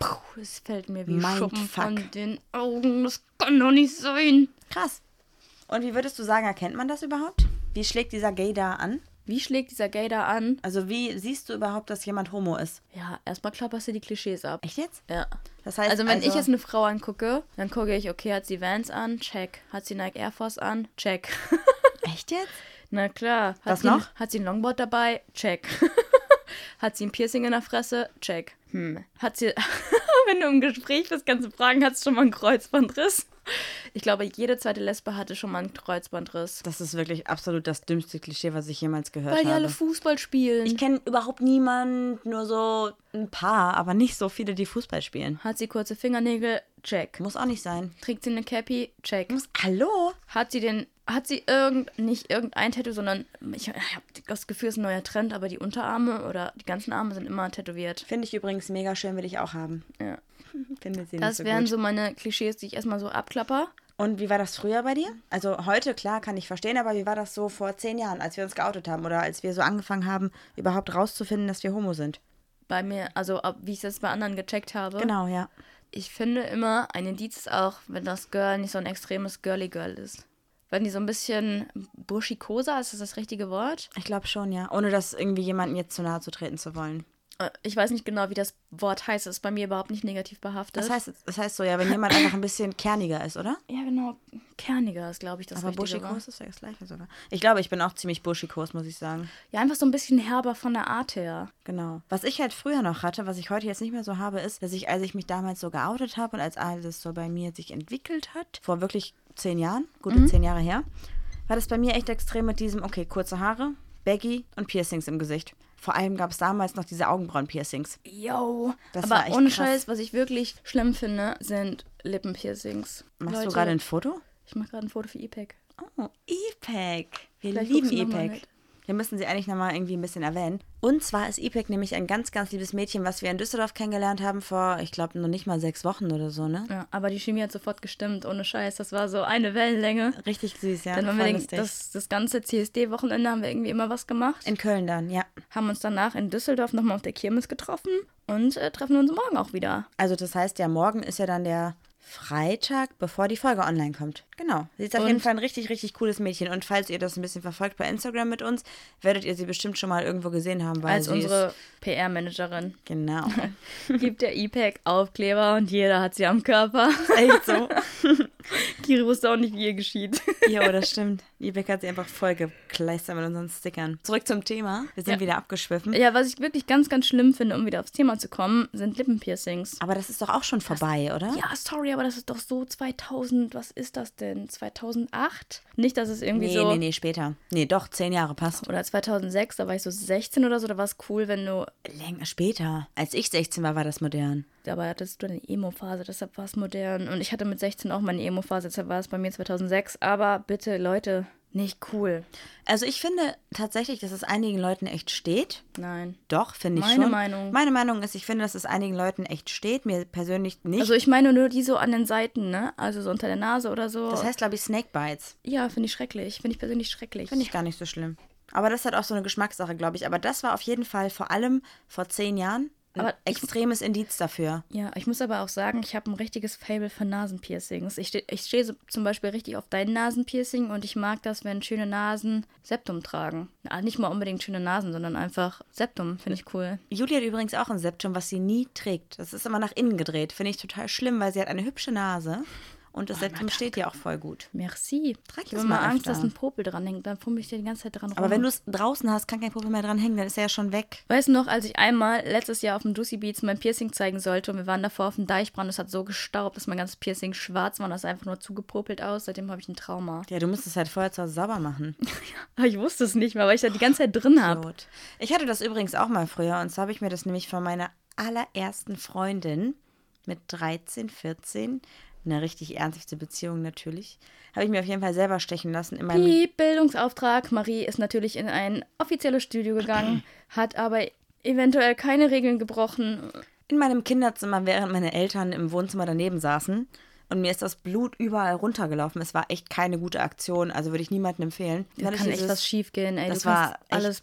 [SPEAKER 2] Puh, es fällt mir wie
[SPEAKER 1] Mein
[SPEAKER 2] Schuppen von
[SPEAKER 1] Fuck.
[SPEAKER 2] den Augen. Das kann doch nicht sein.
[SPEAKER 1] Krass. Und wie würdest du sagen, erkennt man das überhaupt? Wie schlägt dieser Gator an?
[SPEAKER 2] Wie schlägt dieser Gator an?
[SPEAKER 1] Also wie siehst du überhaupt, dass jemand homo ist?
[SPEAKER 2] Ja, erstmal klapperst du die Klischees ab.
[SPEAKER 1] Echt jetzt?
[SPEAKER 2] Ja.
[SPEAKER 1] Das heißt,
[SPEAKER 2] also wenn ich
[SPEAKER 1] also-
[SPEAKER 2] jetzt eine Frau angucke, dann gucke ich, okay, hat sie Vans an? Check. Hat sie Nike Air Force an? Check.
[SPEAKER 1] Echt jetzt?
[SPEAKER 2] Na klar. Hat
[SPEAKER 1] Was
[SPEAKER 2] sie,
[SPEAKER 1] noch?
[SPEAKER 2] Hat sie ein Longboard dabei? Check. hat sie ein Piercing in der Fresse? Check. Hm. Hat sie, wenn du im Gespräch bist, ganze Fragen, hat sie schon mal einen Kreuzbandriss? Ich glaube, jede zweite Lesbe hatte schon mal einen Kreuzbandriss.
[SPEAKER 1] Das ist wirklich absolut das dümmste Klischee, was ich jemals gehört
[SPEAKER 2] Weil die alle
[SPEAKER 1] habe.
[SPEAKER 2] Fußball spielen.
[SPEAKER 1] Ich kenne überhaupt niemanden, nur so ein paar, aber nicht so viele, die Fußball spielen.
[SPEAKER 2] hat sie kurze Fingernägel? Check.
[SPEAKER 1] Muss auch nicht sein.
[SPEAKER 2] Trägt sie eine Cappy? Check.
[SPEAKER 1] Hallo?
[SPEAKER 2] Hat sie den, hat sie irgend, nicht irgendein Tattoo, sondern ich, ich habe das Gefühl, es ist ein neuer Trend, aber die Unterarme oder die ganzen Arme sind immer tätowiert.
[SPEAKER 1] Finde ich übrigens mega schön, will ich auch haben.
[SPEAKER 2] Ja.
[SPEAKER 1] Finde sie
[SPEAKER 2] Das
[SPEAKER 1] nicht so
[SPEAKER 2] wären
[SPEAKER 1] gut.
[SPEAKER 2] so meine Klischees, die ich erstmal so abklapper.
[SPEAKER 1] Und wie war das früher bei dir? Also heute, klar, kann ich verstehen, aber wie war das so vor zehn Jahren, als wir uns geoutet haben oder als wir so angefangen haben, überhaupt rauszufinden, dass wir homo sind?
[SPEAKER 2] Bei mir, also ab- wie ich das bei anderen gecheckt habe.
[SPEAKER 1] Genau, ja.
[SPEAKER 2] Ich finde immer, ein Indiz ist auch, wenn das Girl nicht so ein extremes Girly Girl ist. Wenn die so ein bisschen burschikosa ist, das das richtige Wort?
[SPEAKER 1] Ich glaube schon, ja. Ohne das irgendwie jemandem jetzt zu nahe zu treten zu wollen.
[SPEAKER 2] Äh, Ich weiß nicht genau, wie das Wort heißt. Es ist bei mir überhaupt nicht negativ behaftet.
[SPEAKER 1] Das heißt, das heißt so, ja, wenn jemand einfach ein bisschen kerniger ist, oder?
[SPEAKER 2] ja, genau. Kerniger ist, glaube ich, das
[SPEAKER 1] Aber
[SPEAKER 2] richtige Wort.
[SPEAKER 1] buschikos ist ja das gleiche, oder? Ich glaube, ich bin auch ziemlich buschikos, muss ich sagen.
[SPEAKER 2] Ja, einfach so ein bisschen herber von der Art her.
[SPEAKER 1] Genau. Was ich halt früher noch hatte, was ich heute jetzt nicht mehr so habe, ist, dass ich, als ich mich damals so geoutet habe und als alles so bei mir sich entwickelt hat, vor wirklich zehn Jahren, gute
[SPEAKER 2] Mhm.
[SPEAKER 1] zehn Jahre her, war das bei mir echt extrem mit diesem, okay, kurze Haare, Baggy und Piercings im Gesicht. Vor allem gab es damals noch diese Augenbrauen-Piercings.
[SPEAKER 2] Yo.
[SPEAKER 1] Das
[SPEAKER 2] Aber
[SPEAKER 1] war echt
[SPEAKER 2] ohne
[SPEAKER 1] krass.
[SPEAKER 2] Scheiß, was ich wirklich schlimm finde, sind Lippenpiercings.
[SPEAKER 1] Machst
[SPEAKER 2] Leute,
[SPEAKER 1] du gerade ein Foto?
[SPEAKER 2] Ich mache gerade ein Foto für EPEC.
[SPEAKER 1] Oh, EPEC. Wir
[SPEAKER 2] Vielleicht
[SPEAKER 1] lieben
[SPEAKER 2] guckst du noch mal
[SPEAKER 1] EPEC.
[SPEAKER 2] mit.
[SPEAKER 1] Wir müssen sie eigentlich nochmal irgendwie ein bisschen erwähnen. Und zwar ist EPEC nämlich ein ganz, ganz liebes Mädchen, was wir in Düsseldorf kennengelernt haben vor, ich glaube, noch nicht mal sechs Wochen oder so, ne?
[SPEAKER 2] Ja, aber die Chemie hat sofort gestimmt, ohne Scheiß. Das war so eine Wellenlänge.
[SPEAKER 1] Richtig süß, ja.
[SPEAKER 2] Dann haben
[SPEAKER 1] voll
[SPEAKER 2] wir den,
[SPEAKER 1] lustig.
[SPEAKER 2] das, das ganze CSD-Wochenende haben wir irgendwie immer was gemacht.
[SPEAKER 1] in Köln dann, ja.
[SPEAKER 2] haben uns danach in Düsseldorf nochmal auf der Kirmes getroffen und äh, treffen uns morgen auch wieder.
[SPEAKER 1] Also das heißt, ja, morgen ist ja dann der Freitag, bevor die Folge online kommt. Genau. Sie ist auf
[SPEAKER 2] Und-
[SPEAKER 1] jeden Fall ein richtig, richtig cooles Mädchen. Und falls ihr das ein bisschen verfolgt bei Instagram mit uns, werdet ihr sie bestimmt schon mal irgendwo gesehen haben, weil
[SPEAKER 2] Als
[SPEAKER 1] sie Ist,
[SPEAKER 2] unsere PR-Managerin
[SPEAKER 1] genau.
[SPEAKER 2] gibt der EPEC Aufkleber und jeder hat sie am Körper.
[SPEAKER 1] Echt so.
[SPEAKER 2] Kiri wusste auch nicht, wie ihr geschieht.
[SPEAKER 1] Jo, oh, das stimmt. Ibek hat sie einfach vollgekleistert mit unseren Stickern. Zurück zum Thema. Wir sind
[SPEAKER 2] Ja.
[SPEAKER 1] wieder abgeschwiffen.
[SPEAKER 2] Ja, was ich wirklich ganz, ganz schlimm finde, um wieder aufs Thema zu kommen, sind Lippenpiercings.
[SPEAKER 1] Aber das ist doch auch schon vorbei, oder?
[SPEAKER 2] Ja, sorry, aber das ist doch so 2000, was ist das denn? 2008? Nicht, dass es irgendwie
[SPEAKER 1] Nee,
[SPEAKER 2] so...
[SPEAKER 1] nee, nee, später. Nee, doch, zehn Jahre passt.
[SPEAKER 2] Oder 2006, da war ich so 16 oder so, da war es cool, wenn du...
[SPEAKER 1] Länger später. Als ich 16 war, war das modern.
[SPEAKER 2] Dabei hattest du eine Emo-Phase, deshalb war es modern. Und ich hatte mit 16 auch meine Emo-Phase, deshalb war es bei mir 2006. Aber bitte, Leute, nicht cool.
[SPEAKER 1] Also ich finde tatsächlich, dass es einigen Leuten echt steht.
[SPEAKER 2] Nein.
[SPEAKER 1] Doch, finde ich
[SPEAKER 2] Meine
[SPEAKER 1] schon.
[SPEAKER 2] Meinung.
[SPEAKER 1] Meine Meinung ist, ich finde, dass es einigen Leuten echt steht. Mir persönlich nicht.
[SPEAKER 2] Also ich meine nur die so an den Seiten, ne? Also so unter der Nase oder so.
[SPEAKER 1] das heißt, glaube ich, Snakebites.
[SPEAKER 2] ja, finde ich schrecklich. Finde ich persönlich schrecklich.
[SPEAKER 1] Finde ich gar nicht so schlimm. Aber das hat auch so eine Geschmackssache, glaube ich. Aber das war auf jeden Fall vor allem vor zehn Jahren ein
[SPEAKER 2] Aber ich-
[SPEAKER 1] extremes Indiz dafür.
[SPEAKER 2] Ja, ich muss aber auch sagen, ich habe ein richtiges Fable für Nasenpiercings. Ich stehe ich steh so zum Beispiel richtig auf dein Nasenpiercing und ich mag das, wenn schöne Nasen Septum tragen. Ah, nicht mal unbedingt schöne Nasen, sondern einfach Septum, finde ich cool.
[SPEAKER 1] Julia hat übrigens auch ein Septum, was sie nie trägt. Das ist immer nach innen gedreht. Finde ich total schlimm, weil sie hat eine hübsche Nase. Und
[SPEAKER 2] Oh,
[SPEAKER 1] das Septum steht ihr auch voll gut.
[SPEAKER 2] Merci.
[SPEAKER 1] Trag
[SPEAKER 2] ich
[SPEAKER 1] das
[SPEAKER 2] habe immer
[SPEAKER 1] mal
[SPEAKER 2] Angst,
[SPEAKER 1] öfter.
[SPEAKER 2] dass ein Popel dranhängt, dann fummel ich den die ganze Zeit dran rum.
[SPEAKER 1] Aber wenn du es draußen hast, kann kein Popel mehr dran hängen, dann ist er ja schon weg.
[SPEAKER 2] Weißt du noch, als ich einmal letztes Jahr auf dem Juicy Beats mein Piercing zeigen sollte und wir waren davor auf dem Deichbrand, es hat so gestaubt, dass mein ganzes Piercing schwarz war und das sah einfach nur zugepopelt aus. Seitdem habe ich ein Trauma.
[SPEAKER 1] Ja, du musst es halt vorher zu Hause sauber machen.
[SPEAKER 2] Aber ich wusste es nicht mehr, weil ich da die ganze Zeit drin habe.
[SPEAKER 1] Idiot. Ich hatte das übrigens auch mal früher und zwar habe ich mir das nämlich von meiner allerersten Freundin mit 13, 14, eine richtig ernsthafte Beziehung natürlich, habe ich mir auf jeden Fall selber stechen lassen in meinem
[SPEAKER 2] Piep, Bildungsauftrag. Marie ist natürlich in ein offizielles Studio gegangen, hat aber eventuell keine Regeln gebrochen.
[SPEAKER 1] in meinem Kinderzimmer, während meine Eltern im Wohnzimmer daneben saßen und mir ist das Blut überall runtergelaufen. Es war echt keine gute Aktion, also würde ich niemandem empfehlen.
[SPEAKER 2] Da
[SPEAKER 1] Dann
[SPEAKER 2] kann
[SPEAKER 1] ist
[SPEAKER 2] echt
[SPEAKER 1] dieses-
[SPEAKER 2] was schief gehen, ey.
[SPEAKER 1] das
[SPEAKER 2] du kannst
[SPEAKER 1] war echt-
[SPEAKER 2] alles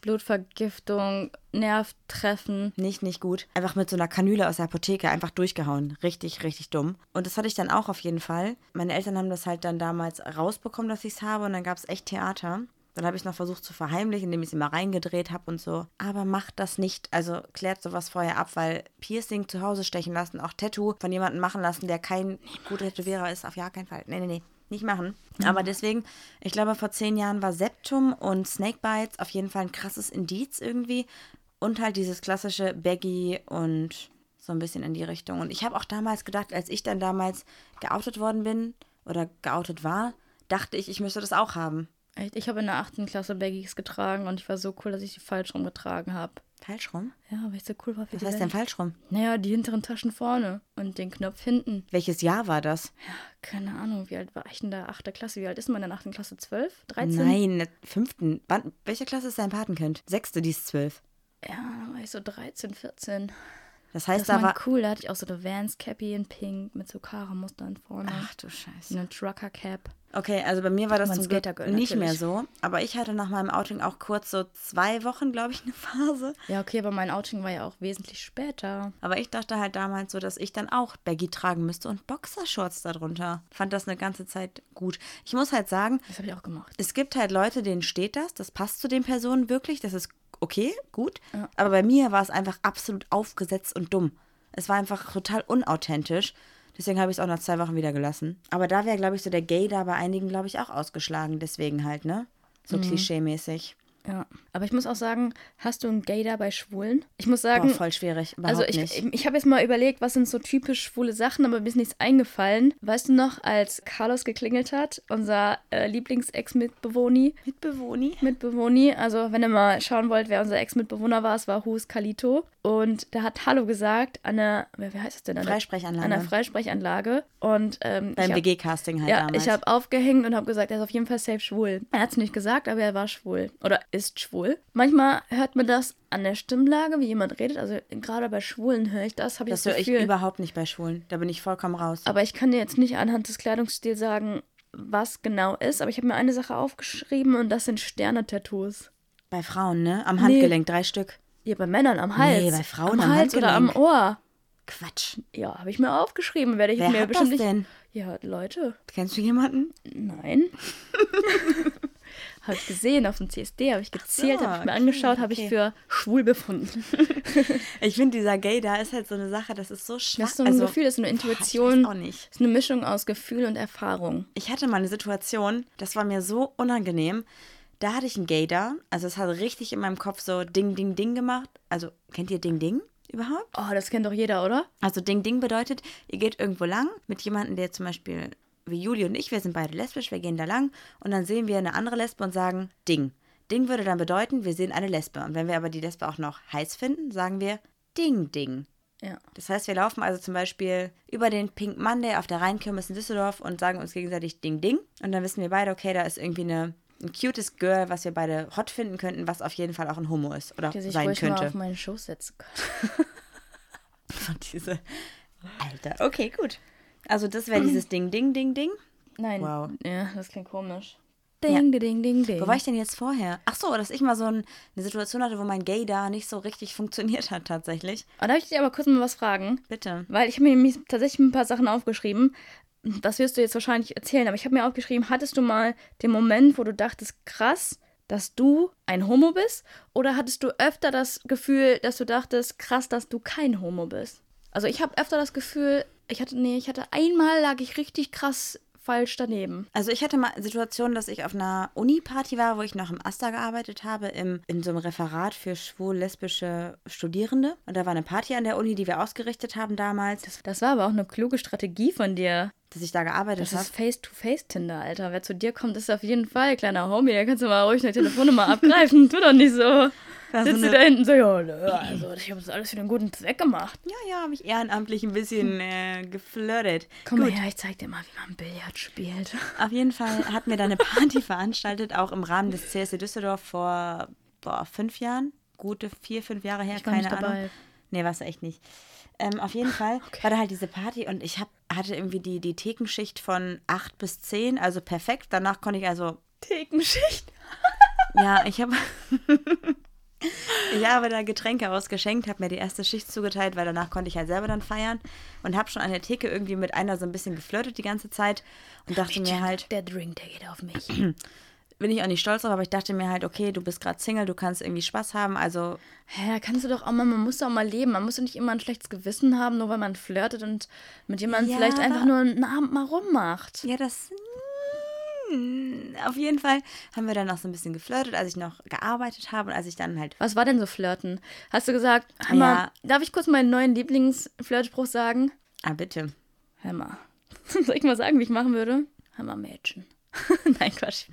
[SPEAKER 2] Blutvergiftung, Nerv treffen.
[SPEAKER 1] Nicht, nicht gut. Einfach mit so einer Kanüle aus der Apotheke einfach durchgehauen. Richtig, richtig dumm. Und das hatte ich dann auch auf jeden Fall. Meine Eltern haben das halt dann damals rausbekommen, dass ich es habe. Und dann gab es echt Theater. Dann habe ich noch versucht zu verheimlichen, indem ich es immer reingedreht habe und so. Aber macht das nicht. Also klärt sowas vorher ab, weil Piercing zu Hause stechen lassen, auch Tattoo von jemandem machen lassen, der kein guter Tätowierer ist, auf ja keinen Fall. Nee, nee, nee. Nicht machen. Aber deswegen, ich glaube, vor zehn Jahren war Septum und Snakebites auf jeden Fall ein krasses Indiz irgendwie. Und halt dieses klassische Baggy und so ein bisschen in die Richtung. Und ich habe auch damals gedacht, als ich dann damals geoutet worden bin oder geoutet war, dachte ich, ich müsste das auch haben.
[SPEAKER 2] Echt, ich habe in der 8. Klasse Baggies getragen und ich war so cool, dass ich die falsch rumgetragen habe.
[SPEAKER 1] Falsch rum?
[SPEAKER 2] Ja, weil ich so cool war für
[SPEAKER 1] Was
[SPEAKER 2] die
[SPEAKER 1] heißt denn
[SPEAKER 2] Welt.
[SPEAKER 1] falsch rum?
[SPEAKER 2] Naja, die hinteren Taschen vorne und den Knopf hinten.
[SPEAKER 1] Welches Jahr war das?
[SPEAKER 2] Keine Ahnung, wie alt war ich in der 8. Klasse? Wie alt ist man in der 8. Klasse? 12? 13?
[SPEAKER 1] Nein, in der fünften. Wann, welche Klasse ist dein Patenkind? Sechste, die ist zwölf.
[SPEAKER 2] Ja, da war ich so 13, 14.
[SPEAKER 1] Das
[SPEAKER 2] Das
[SPEAKER 1] heißt,
[SPEAKER 2] war
[SPEAKER 1] da war.
[SPEAKER 2] cool, da hatte ich auch so eine Vans-Cappy in pink mit so Kara-Mustern vorne.
[SPEAKER 1] Ach du Scheiße.
[SPEAKER 2] Eine Trucker-Cap.
[SPEAKER 1] Okay, also bei mir war das
[SPEAKER 2] Man
[SPEAKER 1] zum Glück
[SPEAKER 2] Skatergirl
[SPEAKER 1] nicht mehr
[SPEAKER 2] natürlich.
[SPEAKER 1] so. Aber ich hatte nach meinem Outing auch kurz so zwei Wochen, glaube ich, eine Phase.
[SPEAKER 2] Ja, okay, aber mein Outing war ja auch wesentlich später.
[SPEAKER 1] Aber ich dachte halt damals so, dass ich dann auch Baggy tragen müsste und Boxershorts darunter. Fand das eine ganze Zeit gut. Ich muss halt sagen,
[SPEAKER 2] Das habe ich auch gemacht.
[SPEAKER 1] es gibt halt Leute, denen steht das, das passt zu den Personen wirklich, das ist okay, gut. Aber bei mir war es einfach absolut aufgesetzt und dumm. Es war einfach total unauthentisch. Deswegen habe ich es auch nach zwei Wochen wieder gelassen. Aber da wäre, glaube ich, so der Gay da bei einigen, glaube ich, auch ausgeschlagen. Deswegen halt, ne? So
[SPEAKER 2] Mhm.
[SPEAKER 1] klischee-mäßig.
[SPEAKER 2] Ja. Aber ich muss auch sagen, hast du einen Gator bei Schwulen? Ich muss
[SPEAKER 1] Boah,
[SPEAKER 2] sagen,
[SPEAKER 1] voll schwierig. Überhaupt
[SPEAKER 2] also ich,
[SPEAKER 1] nicht.
[SPEAKER 2] ich, ich habe jetzt mal überlegt, was sind so typisch schwule Sachen, aber mir ist nichts eingefallen. Weißt du noch, als Carlos geklingelt hat, unser äh, Lieblings-Ex-Mitbewohni,
[SPEAKER 1] Mitbewohni.
[SPEAKER 2] Mitbewohni, also wenn ihr mal schauen wollt, wer unser Ex-Mitbewohner war, es war Hus Kalito. Und der hat Hallo gesagt an einer, wer, wer heißt das denn? An der-
[SPEAKER 1] Freisprechanlage.
[SPEAKER 2] An einer Freisprechanlage. Und ähm,
[SPEAKER 1] Beim
[SPEAKER 2] ich hab-
[SPEAKER 1] WG-Casting halt
[SPEAKER 2] ja,
[SPEAKER 1] damals.
[SPEAKER 2] ich habe aufgehängt und habe gesagt, er ist auf jeden Fall safe schwul. Er hat es nicht gesagt, aber er war schwul oder ist schwul. Manchmal hört man das an der Stimmlage, wie jemand redet. Also gerade bei Schwulen höre ich das, habe ich das,
[SPEAKER 1] Das höre ich
[SPEAKER 2] Gefühl.
[SPEAKER 1] überhaupt nicht bei Schwulen. Da bin ich vollkommen raus.
[SPEAKER 2] aber ich kann dir jetzt nicht anhand des Kleidungsstils sagen, was genau ist. Aber ich habe mir eine Sache aufgeschrieben und das sind Sterne-Tattoos.
[SPEAKER 1] bei Frauen, ne? Am Handgelenk, drei Stück.
[SPEAKER 2] Ja, bei Männern am Hals.
[SPEAKER 1] bei Frauen
[SPEAKER 2] am,
[SPEAKER 1] am
[SPEAKER 2] Hals oder am
[SPEAKER 1] Handgelenk.
[SPEAKER 2] Ohr.
[SPEAKER 1] Quatsch.
[SPEAKER 2] Ja, habe ich mir aufgeschrieben. Werde ich
[SPEAKER 1] Wer
[SPEAKER 2] mir
[SPEAKER 1] hat das
[SPEAKER 2] bestimmt
[SPEAKER 1] denn?
[SPEAKER 2] nicht. Ja, Leute.
[SPEAKER 1] Kennst du jemanden?
[SPEAKER 2] Nein. habe ich gesehen auf dem CSD, habe ich gezählt,
[SPEAKER 1] so,
[SPEAKER 2] habe ich mir
[SPEAKER 1] Ah, okay,
[SPEAKER 2] angeschaut, habe ich
[SPEAKER 1] okay.
[SPEAKER 2] für schwul befunden.
[SPEAKER 1] Ich finde, dieser Gay da ist halt so eine Sache, das ist so schwach. Also,
[SPEAKER 2] Das ist so ein Gefühl, das ist eine
[SPEAKER 1] Boah, ich
[SPEAKER 2] Intuition.
[SPEAKER 1] weiß auch nicht.
[SPEAKER 2] Das ist eine Mischung aus Gefühl und Erfahrung.
[SPEAKER 1] Ich hatte mal eine Situation, das war mir so unangenehm. Da hatte ich einen Gay da. Also es hat richtig in meinem Kopf so Ding, Ding, Ding gemacht. Also kennt ihr Ding, Ding überhaupt?
[SPEAKER 2] Oh, das kennt doch jeder, oder?
[SPEAKER 1] Also Ding Ding bedeutet, ihr geht irgendwo lang mit jemandem, der zum Beispiel wie Juli und ich, wir sind beide lesbisch, wir gehen da lang und dann sehen wir eine andere Lesbe und sagen Ding. Ding würde dann bedeuten, wir sehen eine Lesbe. Und wenn wir aber die Lesbe auch noch heiß finden, sagen wir Ding Ding.
[SPEAKER 2] Ja.
[SPEAKER 1] Das heißt, wir laufen also zum Beispiel über den Pink Monday auf der Rheinkirmes in Düsseldorf und sagen uns gegenseitig Ding Ding. Und dann wissen wir beide, okay, da ist irgendwie eine, ein cutes Girl, was wir beide hot finden könnten, was auf jeden Fall auch ein Homo ist oder
[SPEAKER 2] Der sich
[SPEAKER 1] sein
[SPEAKER 2] also ruhig mal
[SPEAKER 1] könnte.
[SPEAKER 2] auf meinen Schoß setzen kann.
[SPEAKER 1] Und diese. Alter. Okay, gut. Also das wäre dieses Ding, Ding, Ding, Ding.
[SPEAKER 2] Nein.
[SPEAKER 1] Wow.
[SPEAKER 2] Ja, das klingt komisch. Ding, ding, ding, ding.
[SPEAKER 1] Wo war ich denn jetzt vorher? Ach so, dass ich mal so ein, eine Situation hatte, wo mein Gay da nicht so richtig funktioniert hat tatsächlich.
[SPEAKER 2] Oh, darf ich dich aber kurz mal was fragen?
[SPEAKER 1] Bitte.
[SPEAKER 2] Weil ich habe mir nämlich tatsächlich ein paar Sachen aufgeschrieben. Das wirst du jetzt wahrscheinlich erzählen, aber ich habe mir aufgeschrieben, hattest du mal den Moment, wo du dachtest, krass, dass du ein Homo bist? Oder hattest du öfter das Gefühl, dass du dachtest, krass, dass du kein Homo bist? Also ich habe öfter das Gefühl, ich hatte, nee, ich hatte einmal lag ich richtig krass falsch daneben.
[SPEAKER 1] Also ich hatte mal Situationen, dass ich auf einer Uni-Party war, wo ich noch im Asta gearbeitet habe, im, in so einem Referat für schwul-lesbische Studierende. Und da war eine Party an der Uni, die wir ausgerichtet haben damals, dass,
[SPEAKER 2] Das war aber auch eine kluge Strategie von dir.
[SPEAKER 1] ich da gearbeitet
[SPEAKER 2] Das
[SPEAKER 1] habe.
[SPEAKER 2] ist Face-to-Face-Tinder, Alter. Wer zu dir kommt, ist auf jeden Fall kleiner Homie. Da kannst du mal ruhig eine Telefonnummer abgreifen. Tu doch nicht so.
[SPEAKER 1] Ja, so
[SPEAKER 2] Sitzt du
[SPEAKER 1] eine-
[SPEAKER 2] da hinten so, ja, nö, also ich habe das alles für einen guten Zweck gemacht.
[SPEAKER 1] Ja, ja, habe ich ehrenamtlich ein bisschen äh, geflirtet.
[SPEAKER 2] Komm mal her, ich zeig dir mal, wie man Billard spielt.
[SPEAKER 1] Auf jeden Fall hatten wir da eine Party veranstaltet, auch im Rahmen des CSD Düsseldorf vor boah, fünf Jahren. Gute vier, fünf Jahre her,
[SPEAKER 2] war
[SPEAKER 1] keine
[SPEAKER 2] nicht dabei.
[SPEAKER 1] Ahnung. Nee, warst du echt nicht. Ähm, auf jeden Fall war da halt diese Party und ich hab, hatte irgendwie die, die Thekenschicht von 8 bis 10, also perfekt. Danach konnte ich also,
[SPEAKER 2] Thekenschicht.
[SPEAKER 1] ja, ich habe. Ich habe da Getränke ausgeschenkt, habe mir die erste Schicht zugeteilt, weil danach konnte ich halt selber dann feiern und habe schon an der Theke irgendwie mit einer so ein bisschen geflirtet die ganze Zeit und dachte mir halt,
[SPEAKER 2] Der Drink, der geht auf mich.
[SPEAKER 1] bin ich auch nicht stolz drauf, aber ich dachte mir halt, okay, du bist gerade Single, du kannst irgendwie Spaß haben, also
[SPEAKER 2] Hä, da kannst du doch auch mal, man muss doch auch mal leben. Man muss doch nicht immer ein schlechtes Gewissen haben, nur weil man flirtet und mit jemandem
[SPEAKER 1] Ja,
[SPEAKER 2] vielleicht
[SPEAKER 1] aber-
[SPEAKER 2] einfach nur einen Abend mal rummacht.
[SPEAKER 1] Ja, das. mm, Auf jeden Fall haben wir dann noch so ein bisschen geflirtet, als ich noch gearbeitet habe und als ich dann halt.
[SPEAKER 2] Was war denn so Flirten? Hast du gesagt, Hammer, darf ich kurz meinen neuen Lieblingsflirtspruch sagen?
[SPEAKER 1] Ah, bitte.
[SPEAKER 2] Hammer. Soll ich mal sagen, wie ich machen würde? Hammer Mädchen. Nein, Quatsch.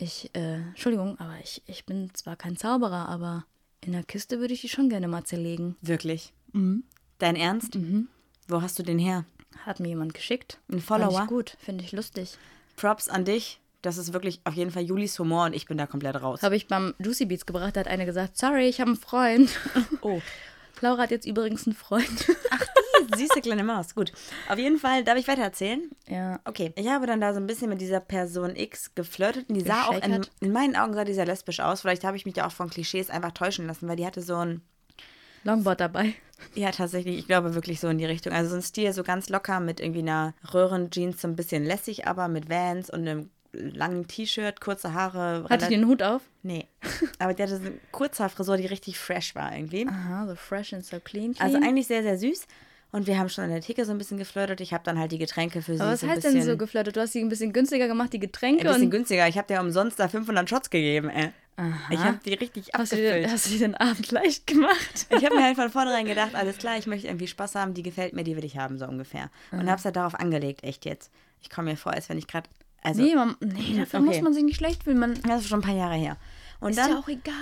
[SPEAKER 2] Ich, äh, Entschuldigung, aber ich, ich bin zwar kein Zauberer, aber in der Kiste würde ich die schon gerne mal zerlegen.
[SPEAKER 1] Wirklich? Dein Ernst? Wo hast du den her?
[SPEAKER 2] Hat mir jemand geschickt.
[SPEAKER 1] Ein
[SPEAKER 2] Fand
[SPEAKER 1] Follower?
[SPEAKER 2] ich gut, finde ich lustig.
[SPEAKER 1] Props an dich. Das ist wirklich auf jeden Fall Julis Humor und ich bin da komplett raus.
[SPEAKER 2] Habe ich beim Juicy Beats gebracht, da hat eine gesagt, sorry, ich habe einen Freund.
[SPEAKER 1] Oh.
[SPEAKER 2] Laura hat jetzt übrigens einen Freund.
[SPEAKER 1] Süße kleine Maus. Gut. Auf jeden Fall, darf ich weitererzählen?
[SPEAKER 2] ja.
[SPEAKER 1] Okay, ich habe dann da so ein bisschen mit dieser Person X geflirtet und die sah auch in,
[SPEAKER 2] Geschäkert.
[SPEAKER 1] in meinen Augen sah die sehr lesbisch aus. Vielleicht habe ich mich da auch von Klischees einfach täuschen lassen, weil die hatte so ein
[SPEAKER 2] Longboard dabei.
[SPEAKER 1] Ja, tatsächlich. Ich glaube wirklich so in die Richtung. Also so ein Stil so ganz locker mit irgendwie einer Röhrenjeans, so ein bisschen lässig, aber mit Vans und einem langen T-Shirt, kurze Haare.
[SPEAKER 2] Hatte
[SPEAKER 1] relat-
[SPEAKER 2] den Hut auf?
[SPEAKER 1] Nee. Aber die hatte so eine Kurzhaarfrisur, die richtig fresh war irgendwie.
[SPEAKER 2] Aha, so fresh and so clean. clean.
[SPEAKER 1] Also eigentlich sehr, sehr süß. Und wir haben schon an der Theke so ein bisschen geflirtet. Ich habe dann halt die Getränke für sie
[SPEAKER 2] aber was
[SPEAKER 1] so ein
[SPEAKER 2] heißt
[SPEAKER 1] bisschen,
[SPEAKER 2] denn so geflirtet? Du hast sie ein bisschen günstiger gemacht, die
[SPEAKER 1] ein
[SPEAKER 2] Getränke
[SPEAKER 1] bisschen
[SPEAKER 2] und
[SPEAKER 1] günstiger. Ich habe dir umsonst da 500 Shots gegeben. Ey. Ich habe die richtig
[SPEAKER 2] hast du, dir,
[SPEAKER 1] abgefüllt.
[SPEAKER 2] hast du dir den Abend leicht gemacht.
[SPEAKER 1] Ich habe mir halt von vornherein gedacht, alles klar, ich möchte irgendwie Spaß haben, die gefällt mir, die will ich haben, so ungefähr. Und
[SPEAKER 2] Ah.
[SPEAKER 1] habe es halt darauf angelegt, echt jetzt. Ich komme mir vor, als wenn ich gerade. Also,
[SPEAKER 2] Nee, man, nee dafür
[SPEAKER 1] Okay.
[SPEAKER 2] muss man sich nicht schlecht fühlen. Man
[SPEAKER 1] das ist schon ein paar Jahre her. Und
[SPEAKER 2] ist
[SPEAKER 1] dann,
[SPEAKER 2] ja auch egal.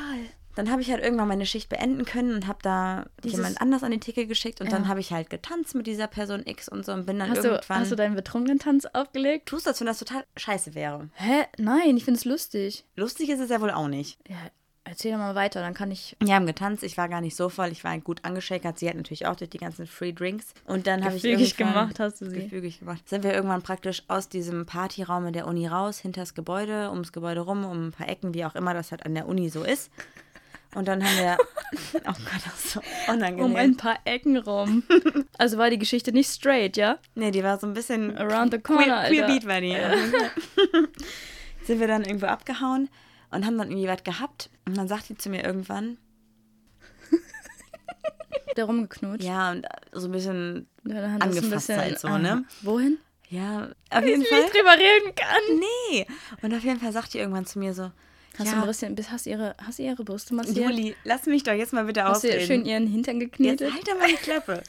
[SPEAKER 1] dann habe ich halt irgendwann meine Schicht beenden können und habe da
[SPEAKER 2] Dieses-
[SPEAKER 1] jemand anders an die Theke geschickt und dann
[SPEAKER 2] Ja.
[SPEAKER 1] habe ich halt getanzt mit dieser Person X und so und bin dann
[SPEAKER 2] Hast du,
[SPEAKER 1] irgendwann.
[SPEAKER 2] hast du deinen betrunkenen Tanz aufgelegt?
[SPEAKER 1] tust, als wenn das total scheiße wäre.
[SPEAKER 2] Hä? Nein, ich finde es lustig.
[SPEAKER 1] Lustig ist es ja wohl auch nicht.
[SPEAKER 2] Ja, erzähl doch mal weiter, dann kann ich
[SPEAKER 1] Wir haben getanzt, ich war gar nicht so voll, ich war gut angeschäkert. Sie hat natürlich auch durch die ganzen Free Drinks. Und dann habe ich
[SPEAKER 2] Gefügig
[SPEAKER 1] irgendwann-
[SPEAKER 2] gemacht hast du sie.
[SPEAKER 1] Gefügig gemacht. Sind wir irgendwann praktisch aus diesem Partyraum in der Uni raus, hinters Gebäude, ums Gebäude rum, um ein paar Ecken, wie auch immer das halt an der Uni so ist. Und dann haben wir. Oh Gott, das ist so unangenehm.
[SPEAKER 2] um ein paar Ecken rum. also war die Geschichte nicht straight, ja?
[SPEAKER 1] Nee, die war so ein bisschen.
[SPEAKER 2] Around the corner,
[SPEAKER 1] Queer, queer
[SPEAKER 2] Äh, Alter.
[SPEAKER 1] Beat war die. Sind wir dann irgendwo abgehauen und haben dann irgendwie was gehabt. Und dann sagt die zu mir irgendwann,
[SPEAKER 2] Da rumgeknutscht.
[SPEAKER 1] ja, und so ein bisschen.
[SPEAKER 2] Dann hat das
[SPEAKER 1] Angefasst halt so,
[SPEAKER 2] ah,
[SPEAKER 1] ne?
[SPEAKER 2] Wohin?
[SPEAKER 1] Ja, auf jeden Fall. Mhm.
[SPEAKER 2] Nicht drüber reden kann.
[SPEAKER 1] Nee. Und auf jeden Fall sagt die irgendwann zu mir so,
[SPEAKER 2] Hast du
[SPEAKER 1] ja,
[SPEAKER 2] ein bisschen, bist- hast du ihre, hast du ihre Brüste massiert?
[SPEAKER 1] Juli, lass mich doch jetzt mal bitte
[SPEAKER 2] Hast du ihr
[SPEAKER 1] ausreden.
[SPEAKER 2] schön ihren Hintern
[SPEAKER 1] jetzt
[SPEAKER 2] geknetet?
[SPEAKER 1] halt doch mal die Klappe.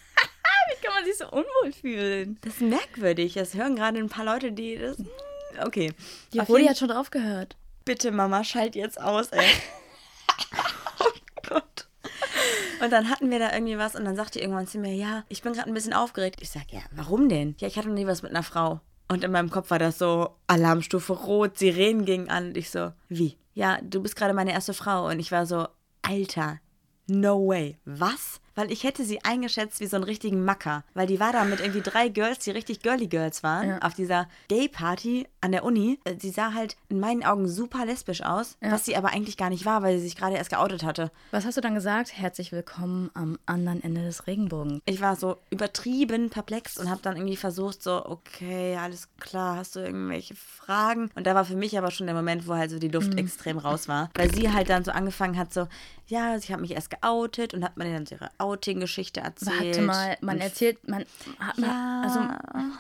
[SPEAKER 2] Wie kann man sich so unwohl fühlen?
[SPEAKER 1] Das ist merkwürdig. Das hören gerade ein paar Leute, die das... hm, Okay.
[SPEAKER 2] Die
[SPEAKER 1] Auf
[SPEAKER 2] Rudi
[SPEAKER 1] jeden-
[SPEAKER 2] hat schon aufgehört.
[SPEAKER 1] Bitte, Mama, schalt jetzt aus, ey. oh Gott. Und dann hatten wir da irgendwie was und dann sagt die irgendwann zu mir, ja, ich bin gerade ein bisschen aufgeregt. Ich sag, ja, warum denn? Ja, ich hatte noch nie was mit einer Frau. Und in meinem Kopf war das so, Alarmstufe rot, Sirenen gingen an. Und ich so, wie? Ja, du bist gerade meine erste Frau. Und ich war so, Alter, no way. Was? Weil ich hätte sie eingeschätzt wie so einen richtigen Macker. Weil die war da mit irgendwie drei Girls, die richtig girly Girls waren, auf dieser Gay-Party an der Uni. Äh, Sie sah halt in meinen Augen super lesbisch aus, was sie aber eigentlich gar nicht war, weil sie sich gerade erst geoutet hatte.
[SPEAKER 2] Was hast du dann gesagt? Herzlich willkommen am anderen Ende des Regenbogens.
[SPEAKER 1] ich war so übertrieben perplex und habe dann irgendwie versucht, so, okay, alles klar, hast du irgendwelche Fragen? Und da war für mich aber schon der Moment, wo halt so die
[SPEAKER 2] Mhm.
[SPEAKER 1] Luft extrem raus war, weil sie halt dann so angefangen hat, so, ja, ich habe mich erst geoutet und hat mir dann so ihre Outing-Geschichte erzählt.
[SPEAKER 2] Warte mal, man
[SPEAKER 1] Und
[SPEAKER 2] erzählt, man hat
[SPEAKER 1] Ja.
[SPEAKER 2] also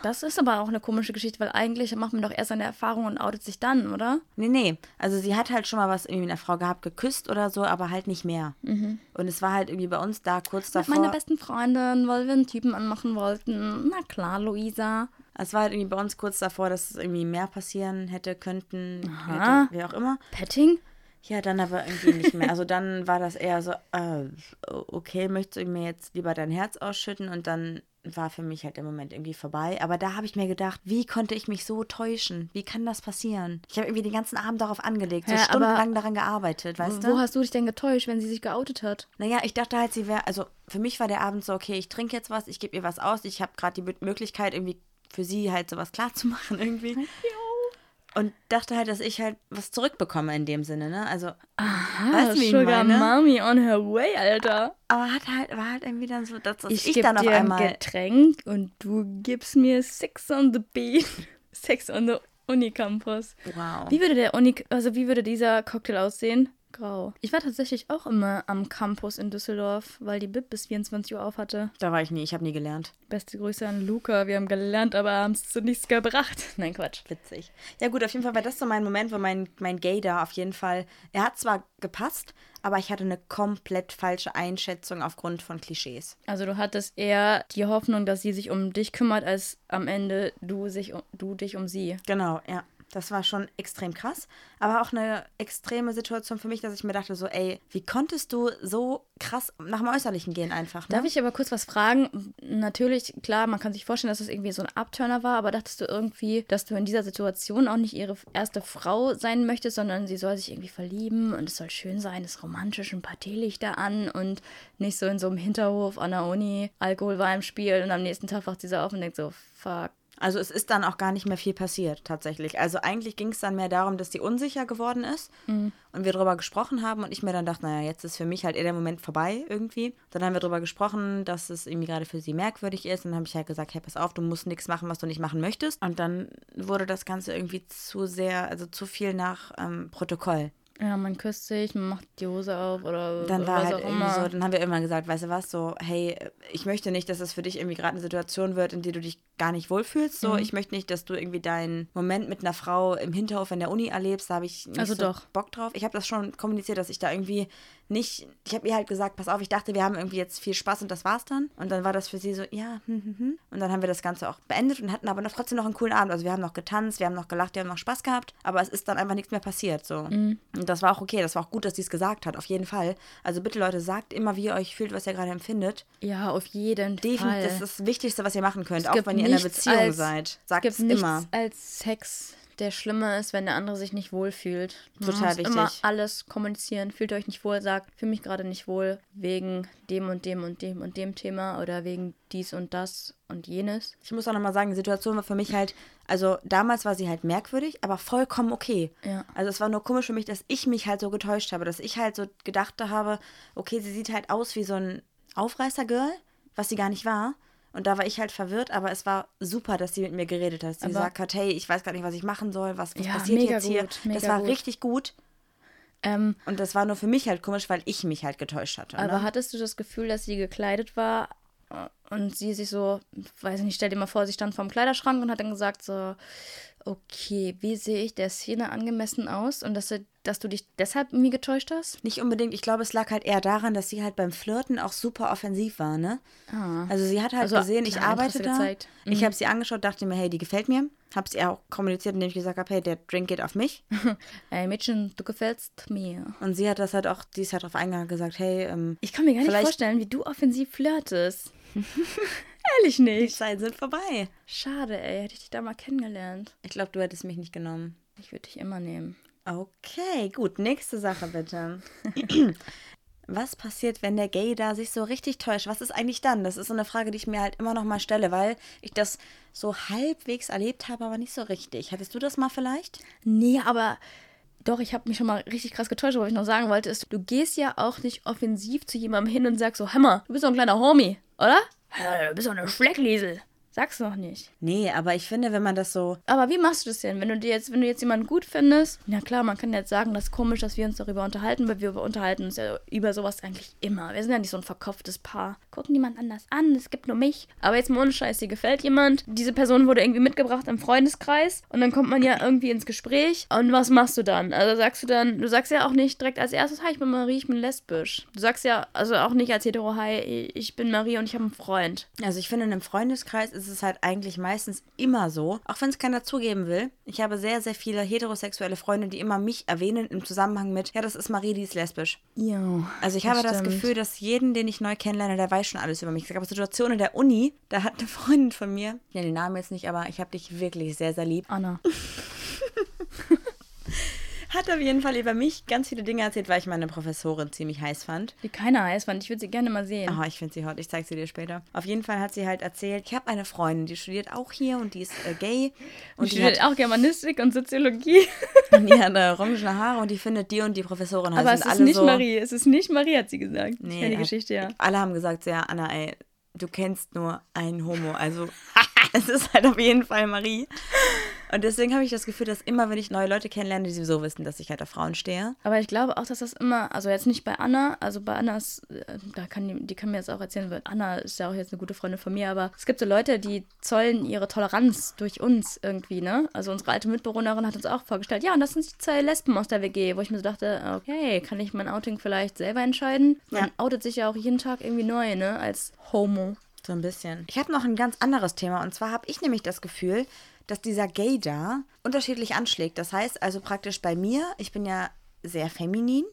[SPEAKER 2] das ist aber auch eine komische Geschichte, weil eigentlich macht man doch erst eine Erfahrung und outet sich dann, oder?
[SPEAKER 1] Nee, nee. Also sie hat halt schon mal was irgendwie mit einer Frau gehabt, geküsst oder so, aber halt nicht mehr. Und es war halt irgendwie bei uns da kurz davor.
[SPEAKER 2] Mhm. Meine besten Freundin, weil wir einen Typen anmachen wollten. Na klar, Luisa.
[SPEAKER 1] es war halt irgendwie bei uns kurz davor, dass es irgendwie mehr passieren hätte, könnten,
[SPEAKER 2] Aha.
[SPEAKER 1] hätte, wie auch immer.
[SPEAKER 2] Petting?
[SPEAKER 1] Ja, dann aber irgendwie nicht mehr. Also dann war das eher so, äh, okay, möchtest du mir jetzt lieber dein Herz ausschütten? Und dann war für mich halt der Moment irgendwie vorbei. Aber da habe ich mir gedacht, wie konnte ich mich so täuschen? Wie kann das passieren? Ich habe irgendwie den ganzen Abend darauf angelegt, so
[SPEAKER 2] Ja, aber-
[SPEAKER 1] stundenlang daran gearbeitet, weißt
[SPEAKER 2] Wo
[SPEAKER 1] du?
[SPEAKER 2] hast du dich denn getäuscht, wenn sie sich geoutet hat?
[SPEAKER 1] Naja, ich dachte halt, sie wäre, also für mich war der Abend so, okay, ich trinke jetzt was, ich gebe ihr was aus, ich habe gerade die Mö- Möglichkeit, irgendwie für sie halt sowas klarzumachen irgendwie. Und dachte halt, dass ich halt was zurückbekomme in dem Sinne, ne? Also,
[SPEAKER 2] Ah,
[SPEAKER 1] weißt du, wie ich
[SPEAKER 2] Sugar
[SPEAKER 1] meine?
[SPEAKER 2] Mommy on her way, Alter.
[SPEAKER 1] Aber hat halt, war halt irgendwie dann so, dass, dass ich,
[SPEAKER 2] ich geb
[SPEAKER 1] dann auf
[SPEAKER 2] dir ein
[SPEAKER 1] einmal.
[SPEAKER 2] Getränk und du gibst mir Sex on the Beach. Sex on the Unicampus.
[SPEAKER 1] Wow.
[SPEAKER 2] Wie würde der Uni, also wie würde dieser Cocktail aussehen? Grau. Ich war tatsächlich auch immer am Campus in Düsseldorf, weil die Bib bis 24 Uhr auf hatte.
[SPEAKER 1] Da war ich nie, ich habe nie gelernt.
[SPEAKER 2] Beste Grüße an Luca. Wir haben gelernt, aber haben es zu nichts gebracht. Nein, Quatsch.
[SPEAKER 1] Witzig. Ja, gut, auf jeden Fall war das so mein Moment, wo mein, mein Gay da auf jeden Fall. Er hat zwar gepasst, aber ich hatte eine komplett falsche Einschätzung aufgrund von Klischees.
[SPEAKER 2] Also du hattest eher die Hoffnung, dass sie sich um dich kümmert, als am Ende du, sich, um- du dich um sie.
[SPEAKER 1] Genau, ja. Das war schon extrem krass, aber auch eine extreme Situation für mich, dass ich mir dachte, so, ey, wie konntest du so krass nach dem Äußerlichen gehen einfach? Ne?
[SPEAKER 2] Darf ich aber kurz was fragen? Natürlich, klar, man kann sich vorstellen, dass das irgendwie so ein Abturner war, aber dachtest du irgendwie, dass du in dieser Situation auch nicht ihre erste Frau sein möchtest, sondern sie soll sich irgendwie verlieben und es soll schön sein, es ist romantisch, ein paar Teelichter an und nicht so in so einem Hinterhof an der Uni, Alkohol war im Spiel und am nächsten Tag wacht sie so auf und denkt so, fuck.
[SPEAKER 1] Also es ist dann auch gar nicht mehr viel passiert tatsächlich. Also eigentlich ging es dann mehr darum, dass sie unsicher geworden ist
[SPEAKER 2] Mhm.
[SPEAKER 1] und wir darüber gesprochen haben und ich mir dann dachte, naja, jetzt ist für mich halt eher der Moment vorbei irgendwie. Dann haben wir darüber gesprochen, dass es irgendwie gerade für sie merkwürdig ist und dann habe ich halt gesagt, hey, pass auf, du musst nichts machen, was du nicht machen möchtest. Und dann wurde das Ganze irgendwie zu sehr, also zu viel nach ähm, Protokoll.
[SPEAKER 2] Ja, man küsst sich, man macht die Hose auf oder
[SPEAKER 1] Dann war
[SPEAKER 2] was
[SPEAKER 1] halt
[SPEAKER 2] auch
[SPEAKER 1] irgendwie
[SPEAKER 2] immer.
[SPEAKER 1] so, dann haben wir immer gesagt, weißt du was, so, hey, ich möchte nicht, dass es für dich irgendwie gerade eine Situation wird, in der du dich gar nicht wohlfühlst. So, ich möchte nicht, dass du irgendwie deinen Moment mit einer Frau im Hinterhof in der Uni erlebst. Da habe ich nicht
[SPEAKER 2] Also
[SPEAKER 1] so
[SPEAKER 2] doch.
[SPEAKER 1] Bock drauf. Ich habe das schon kommuniziert, dass ich da irgendwie nicht, ich habe ihr halt gesagt, pass auf, ich dachte, wir haben irgendwie jetzt viel Spaß und das war's dann. Und dann war das für sie so, ja, hm, hm, hm. Und dann haben wir das Ganze auch beendet und hatten aber noch trotzdem noch einen coolen Abend. Also wir haben noch getanzt, wir haben noch gelacht, wir haben noch Spaß gehabt, aber es ist dann einfach nichts mehr passiert. So.
[SPEAKER 2] Mhm.
[SPEAKER 1] Und das war auch okay, das war auch gut, dass sie es gesagt hat, auf jeden Fall. Also bitte Leute, sagt immer, wie ihr euch fühlt, was ihr gerade empfindet.
[SPEAKER 2] ja, auf jeden Fall.
[SPEAKER 1] Definitiv, das ist das Wichtigste, was ihr machen könnt, auch
[SPEAKER 2] gibt
[SPEAKER 1] wenn ihr in einer
[SPEAKER 2] nichts
[SPEAKER 1] Beziehung
[SPEAKER 2] als-
[SPEAKER 1] seid. Sagt
[SPEAKER 2] gibt
[SPEAKER 1] es
[SPEAKER 2] nichts
[SPEAKER 1] immer.
[SPEAKER 2] als Sex, der schlimmer ist, wenn der andere sich nicht wohlfühlt. Man
[SPEAKER 1] Total
[SPEAKER 2] muss
[SPEAKER 1] wichtig.
[SPEAKER 2] immer alles kommunizieren. Fühlt ihr euch nicht wohl, sagt, fühle mich gerade nicht wohl wegen dem und dem und dem und dem Thema oder wegen dies und das und jenes.
[SPEAKER 1] Ich muss auch nochmal sagen, die Situation war für mich halt, also damals war sie halt merkwürdig, aber vollkommen okay.
[SPEAKER 2] Ja.
[SPEAKER 1] Also es war nur komisch für mich, dass ich mich halt so getäuscht habe, dass ich halt so gedacht habe, okay, sie sieht halt aus wie so ein Aufreißer-Girl, was sie gar nicht war. Und da war ich halt verwirrt, aber es war super, dass sie mit mir geredet hat. Sie
[SPEAKER 2] Aber-
[SPEAKER 1] sagt hat, hey, ich weiß gar nicht, was ich machen soll, was, was
[SPEAKER 2] Ja,
[SPEAKER 1] passiert
[SPEAKER 2] mega
[SPEAKER 1] jetzt hier.
[SPEAKER 2] gut, mega
[SPEAKER 1] das war
[SPEAKER 2] gut.
[SPEAKER 1] richtig gut.
[SPEAKER 2] Ähm,
[SPEAKER 1] Und das war nur für mich halt komisch, weil ich mich halt getäuscht hatte.
[SPEAKER 2] aber
[SPEAKER 1] ne?
[SPEAKER 2] hattest du das Gefühl, dass sie gekleidet war äh, und sie sich so, weiß ich nicht, stell dir mal vor, sie stand vorm Kleiderschrank und hat dann gesagt so, okay, wie sehe ich der Szene angemessen aus und dass, du- dass du dich deshalb irgendwie getäuscht hast?
[SPEAKER 1] Nicht unbedingt. Ich glaube, es lag halt eher daran, dass sie halt beim Flirten auch super offensiv war, ne? Also sie hat halt
[SPEAKER 2] Also
[SPEAKER 1] gesehen, ich
[SPEAKER 2] klar,
[SPEAKER 1] arbeite
[SPEAKER 2] Interesse
[SPEAKER 1] da.
[SPEAKER 2] gezeigt.
[SPEAKER 1] Ich habe sie angeschaut, dachte mir, hey, die gefällt mir. Hab's ihr auch kommuniziert, indem ich gesagt habe, hey, der Drink geht auf mich.
[SPEAKER 2] Ey, Mädchen, du gefällst mir.
[SPEAKER 1] Und sie hat das halt auch, die ist halt drauf eingegangen, gesagt, hey, ähm,
[SPEAKER 2] Ich kann mir gar nicht
[SPEAKER 1] Vielleicht-
[SPEAKER 2] vorstellen, wie du offensiv flirtest. Ehrlich
[SPEAKER 1] die
[SPEAKER 2] nicht.
[SPEAKER 1] Zeiten sind vorbei.
[SPEAKER 2] Schade, ey. Hätte ich dich da mal kennengelernt.
[SPEAKER 1] Ich glaube, du hättest mich nicht genommen.
[SPEAKER 2] Ich würde dich immer nehmen.
[SPEAKER 1] Okay, gut. Nächste Sache bitte. Was passiert, wenn der Gay da sich so richtig täuscht? Was ist eigentlich dann? Das ist so eine Frage, die ich mir halt immer noch mal stelle, weil ich das so halbwegs erlebt habe, aber nicht so richtig. Hattest du das mal vielleicht?
[SPEAKER 2] Nee, aber doch, ich habe mich schon mal richtig krass getäuscht. Aber was ich noch sagen wollte, ist, du gehst ja auch nicht offensiv zu jemandem hin und sagst so, Hammer, du bist doch ein kleiner Homie, oder? Hä, Du bist doch eine Schleckliesel. Sag's doch nicht.
[SPEAKER 1] Nee, aber ich finde, wenn man das so.
[SPEAKER 2] Aber wie machst du das denn, wenn du dir jetzt, wenn du jetzt jemanden gut findest? Na klar, man kann jetzt sagen, das ist komisch, dass wir uns darüber unterhalten, weil wir unterhalten uns ja über sowas eigentlich immer. Wir sind ja nicht so ein verkopftes Paar. Gucken niemand anders an, es gibt nur mich. Aber jetzt mal ohne Scheiß, dir gefällt jemand. Diese Person wurde irgendwie mitgebracht im Freundeskreis und dann kommt man ja irgendwie ins Gespräch. Und was machst du dann? Also sagst du dann, du sagst ja auch nicht direkt als erstes, hi, ich bin Marie, ich bin lesbisch. Du sagst ja also auch nicht als hetero, hi, ich bin Marie und ich habe einen Freund.
[SPEAKER 1] Also ich finde, in einem Freundeskreis ist ist es halt eigentlich meistens immer so, auch wenn es keiner zugeben will. Ich habe sehr, sehr viele heterosexuelle Freunde, die immer mich erwähnen im Zusammenhang mit, ja, das ist Marie, die ist lesbisch.
[SPEAKER 2] Ja.
[SPEAKER 1] Also ich habe das
[SPEAKER 2] stimmt.
[SPEAKER 1] Gefühl, dass jeden, den ich neu kennenlerne, der weiß schon alles über mich. Es gab Situationen in der Uni, da hat eine Freundin von mir, ich nenne den Namen jetzt nicht, aber ich habe dich wirklich sehr, sehr lieb,
[SPEAKER 2] Anna.
[SPEAKER 1] hat auf jeden Fall über mich ganz viele Dinge erzählt, weil ich meine Professorin ziemlich heiß fand.
[SPEAKER 2] Die keiner heiß fand. Ich würde sie gerne mal sehen.
[SPEAKER 1] Oh, ich finde sie hot. Ich zeige sie dir später. Auf jeden Fall hat sie halt erzählt, ich habe eine Freundin, die studiert auch hier und die ist äh, gay. Und
[SPEAKER 2] ich
[SPEAKER 1] die hat,
[SPEAKER 2] studiere auch Germanistik und Soziologie.
[SPEAKER 1] und die hat äh, orangene Haare und die findet die und die Professorin heiß.
[SPEAKER 2] Aber
[SPEAKER 1] Und
[SPEAKER 2] es ist
[SPEAKER 1] alle
[SPEAKER 2] nicht
[SPEAKER 1] so,
[SPEAKER 2] Marie. Es ist nicht Marie, hat sie gesagt. Nee, ich
[SPEAKER 1] Nee,
[SPEAKER 2] kenne die
[SPEAKER 1] hat-
[SPEAKER 2] Geschichte, ja.
[SPEAKER 1] Alle haben gesagt, so, ja, Anna, ey, du kennst nur einen Homo. Also, es ist halt auf jeden Fall Marie. Und deswegen habe ich das Gefühl, dass immer, wenn ich neue Leute kennenlerne, die sowieso wissen, dass ich halt auf Frauen stehe.
[SPEAKER 2] Aber ich glaube auch, dass das immer, also jetzt nicht bei Anna, also bei Annas, äh, da kann die, die kann mir jetzt auch erzählen, weil Anna ist ja auch jetzt eine gute Freundin von mir, aber es gibt so Leute, die zollen ihre Toleranz durch uns irgendwie, ne? Also unsere alte Mitbewohnerin hat uns auch vorgestellt, ja, und das sind die zwei Lesben aus der WG, wo ich mir so dachte, okay, kann ich mein Outing vielleicht selber entscheiden? Man
[SPEAKER 1] Ja.
[SPEAKER 2] outet sich ja auch jeden Tag irgendwie neu, ne? Als Homo.
[SPEAKER 1] So ein bisschen. Ich habe noch ein ganz anderes Thema und zwar habe ich nämlich das Gefühl, dass dieser Gay da unterschiedlich anschlägt. Das heißt also praktisch bei mir, ich bin ja sehr feminin,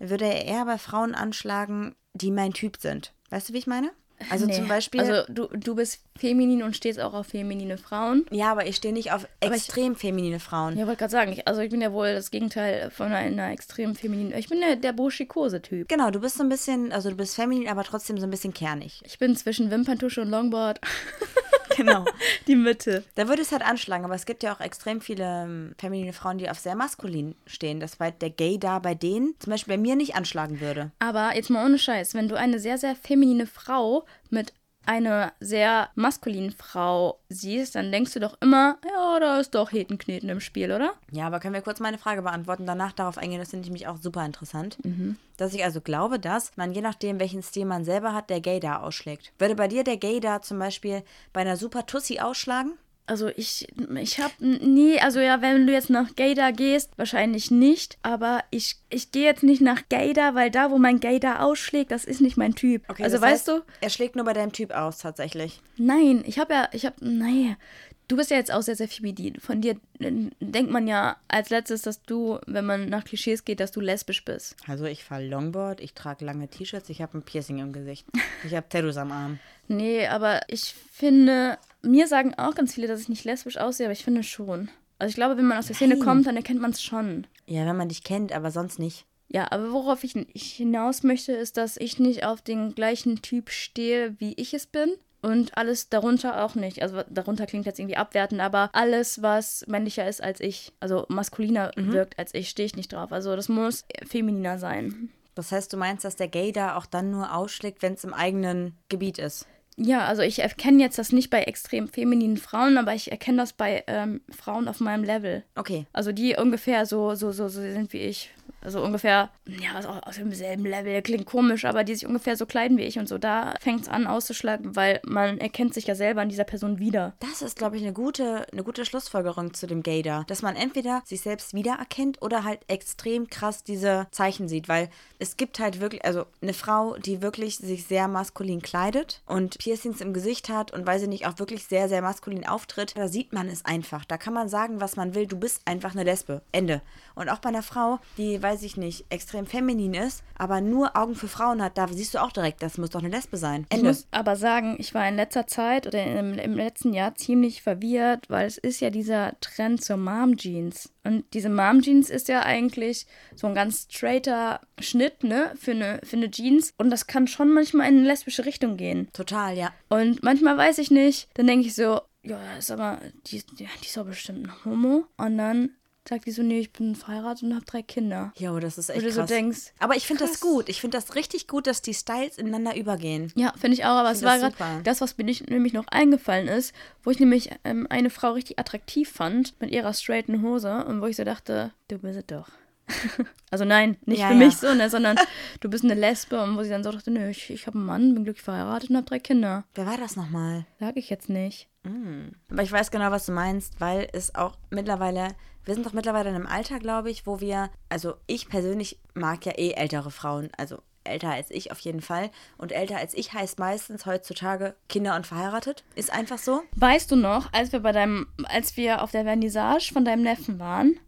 [SPEAKER 1] würde er eher bei Frauen anschlagen, die mein Typ sind. Weißt du, wie ich meine? Also
[SPEAKER 2] Nee.
[SPEAKER 1] zum Beispiel.
[SPEAKER 2] Also du, du bist feminin und stehst auch auf feminine Frauen.
[SPEAKER 1] ja, aber ich stehe nicht auf
[SPEAKER 2] ich-
[SPEAKER 1] extrem feminine Frauen.
[SPEAKER 2] Ja, wollte gerade sagen, ich, also ich bin ja wohl das Gegenteil von einer extrem femininen. Ich bin der, der burschikose Typ.
[SPEAKER 1] Genau, du bist so ein bisschen, also du bist feminin, aber trotzdem so ein bisschen kernig.
[SPEAKER 2] Ich bin zwischen Wimperntusche und Longboard
[SPEAKER 1] Genau.
[SPEAKER 2] die Mitte.
[SPEAKER 1] Da würde es halt anschlagen, aber es gibt ja auch extrem viele ähm, feminine Frauen, die auf sehr maskulin stehen. Das war halt der Gay da bei denen zum Beispiel bei mir nicht anschlagen würde.
[SPEAKER 2] Aber jetzt mal ohne Scheiß, wenn du eine sehr, sehr feminine Frau mit einer sehr maskulinen Frau siehst, dann denkst du doch immer, ja, da ist doch Hetenkneten im Spiel, oder?
[SPEAKER 1] Ja, aber können wir kurz meine Frage beantworten, danach darauf eingehen, das finde ich mich auch super interessant. Dass ich also glaube, dass man, je nachdem, welchen Stil man selber hat, der Gay da ausschlägt. Würde bei dir der Gay da zum Beispiel bei einer super Tussi ausschlagen?
[SPEAKER 2] Also ich, ich hab, nee, also ja, wenn du jetzt nach Gator gehst, wahrscheinlich nicht, aber ich, ich gehe jetzt nicht nach Gator, weil da, wo mein Gator ausschlägt, das ist nicht mein Typ. also
[SPEAKER 1] das
[SPEAKER 2] weißt
[SPEAKER 1] heißt,
[SPEAKER 2] du,
[SPEAKER 1] Er schlägt nur bei deinem Typ aus, tatsächlich.
[SPEAKER 2] Nein, ich habe ja, ich habe, naja, du bist ja jetzt auch sehr, sehr feminin. Von dir äh, denkt man ja als letztes, dass du, wenn man nach Klischees geht, dass du lesbisch bist.
[SPEAKER 1] Also ich fahre Longboard, ich trage lange T-Shirts, ich habe ein Piercing im Gesicht. Ich habe Tattoos am Arm.
[SPEAKER 2] Nee, aber ich finde, mir sagen auch ganz viele, dass ich nicht lesbisch aussehe, aber ich finde schon. Also ich glaube, wenn man aus der Szene
[SPEAKER 1] Nein.
[SPEAKER 2] kommt, dann erkennt man es schon.
[SPEAKER 1] Ja, wenn man dich kennt, aber sonst nicht.
[SPEAKER 2] Ja, aber worauf ich ich hinaus möchte, ist, dass ich nicht auf den gleichen Typ stehe, wie ich es bin. Und alles darunter auch nicht. Also darunter klingt jetzt irgendwie abwertend, aber alles, was männlicher ist als ich, also maskuliner wirkt als ich, stehe ich nicht drauf. Also das muss femininer sein.
[SPEAKER 1] Das heißt, du meinst, dass der Gay da auch dann nur ausschlägt, wenn es im eigenen Gebiet ist.
[SPEAKER 2] Ja, also ich erkenne jetzt das nicht bei extrem femininen Frauen, aber ich erkenne das bei ähm, Frauen auf meinem Level.
[SPEAKER 1] Okay.
[SPEAKER 2] Also die ungefähr so, so, so, so sind wie ich. Also ungefähr, ja, so aus dem selben Level, klingt komisch, aber die sich ungefähr so kleiden wie ich und so. Da fängt es an auszuschlagen, weil man erkennt sich ja selber an dieser Person wieder.
[SPEAKER 1] Das ist, glaube ich, eine gute, eine gute Schlussfolgerung zu dem Gay da. Dass man entweder sich selbst wiedererkennt oder halt extrem krass diese Zeichen sieht. Weil es gibt halt wirklich, also eine Frau, die wirklich sich sehr maskulin kleidet und Piercings im Gesicht hat und weil sie nicht auch wirklich sehr, sehr maskulin auftritt, da sieht man es einfach. Da kann man sagen, was man will. Du bist einfach eine Lesbe. Ende. Und auch bei einer Frau, die, weiß ich nicht, extrem feminin ist, aber nur Augen für Frauen hat, da siehst du auch direkt, das muss doch eine Lesbe sein.
[SPEAKER 2] Ich
[SPEAKER 1] Ende.
[SPEAKER 2] muss aber sagen, ich war in letzter Zeit oder im, im letzten Jahr ziemlich verwirrt, weil es ist ja dieser Trend zur Mom Jeans. Und diese Mom Jeans ist ja eigentlich so ein ganz straighter Schnitt, ne, für eine, für eine Jeans. Und das kann schon manchmal in eine lesbische Richtung gehen.
[SPEAKER 1] Total, ja.
[SPEAKER 2] Und manchmal weiß ich nicht, dann denke ich so, ja, ist aber, die, ist- ja, die ist doch bestimmt ein Homo. Und dann sagt die so, nee, ich bin verheiratet und habe drei Kinder.
[SPEAKER 1] Jo, das ist echt
[SPEAKER 2] du
[SPEAKER 1] krass.
[SPEAKER 2] so denkst,
[SPEAKER 1] aber ich finde das
[SPEAKER 2] krass.
[SPEAKER 1] gut. Ich finde das richtig gut, dass die Styles ineinander übergehen.
[SPEAKER 2] Ja, finde ich auch, aber es
[SPEAKER 1] find
[SPEAKER 2] war
[SPEAKER 1] das
[SPEAKER 2] gerade
[SPEAKER 1] super.
[SPEAKER 2] das, was mir nicht, nämlich noch eingefallen ist, wo ich nämlich ähm, eine Frau richtig attraktiv fand mit ihrer straighten Hose und wo ich so dachte, du bist es doch. also nein, nicht
[SPEAKER 1] Ja,
[SPEAKER 2] für
[SPEAKER 1] ja.
[SPEAKER 2] mich so, ne, sondern du bist eine Lesbe und wo sie dann so dachte, nö, ich, ich habe einen Mann, bin glücklich verheiratet und habe drei Kinder.
[SPEAKER 1] Wer war das nochmal?
[SPEAKER 2] Sag ich jetzt nicht.
[SPEAKER 1] Aber ich weiß genau, was du meinst, weil es auch mittlerweile, wir sind doch mittlerweile in einem Alter, glaube ich, wo wir, also ich persönlich mag ja eh ältere Frauen, also älter als ich auf jeden Fall. Und älter als ich heißt meistens heutzutage Kinder und verheiratet. Ist einfach so.
[SPEAKER 2] Weißt du noch, als wir bei deinem, als wir auf der Vernissage von deinem Neffen waren?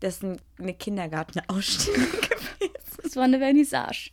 [SPEAKER 1] Das ist ein- eine Kindergartenausstellung gewesen.
[SPEAKER 2] Es war eine Vernissage.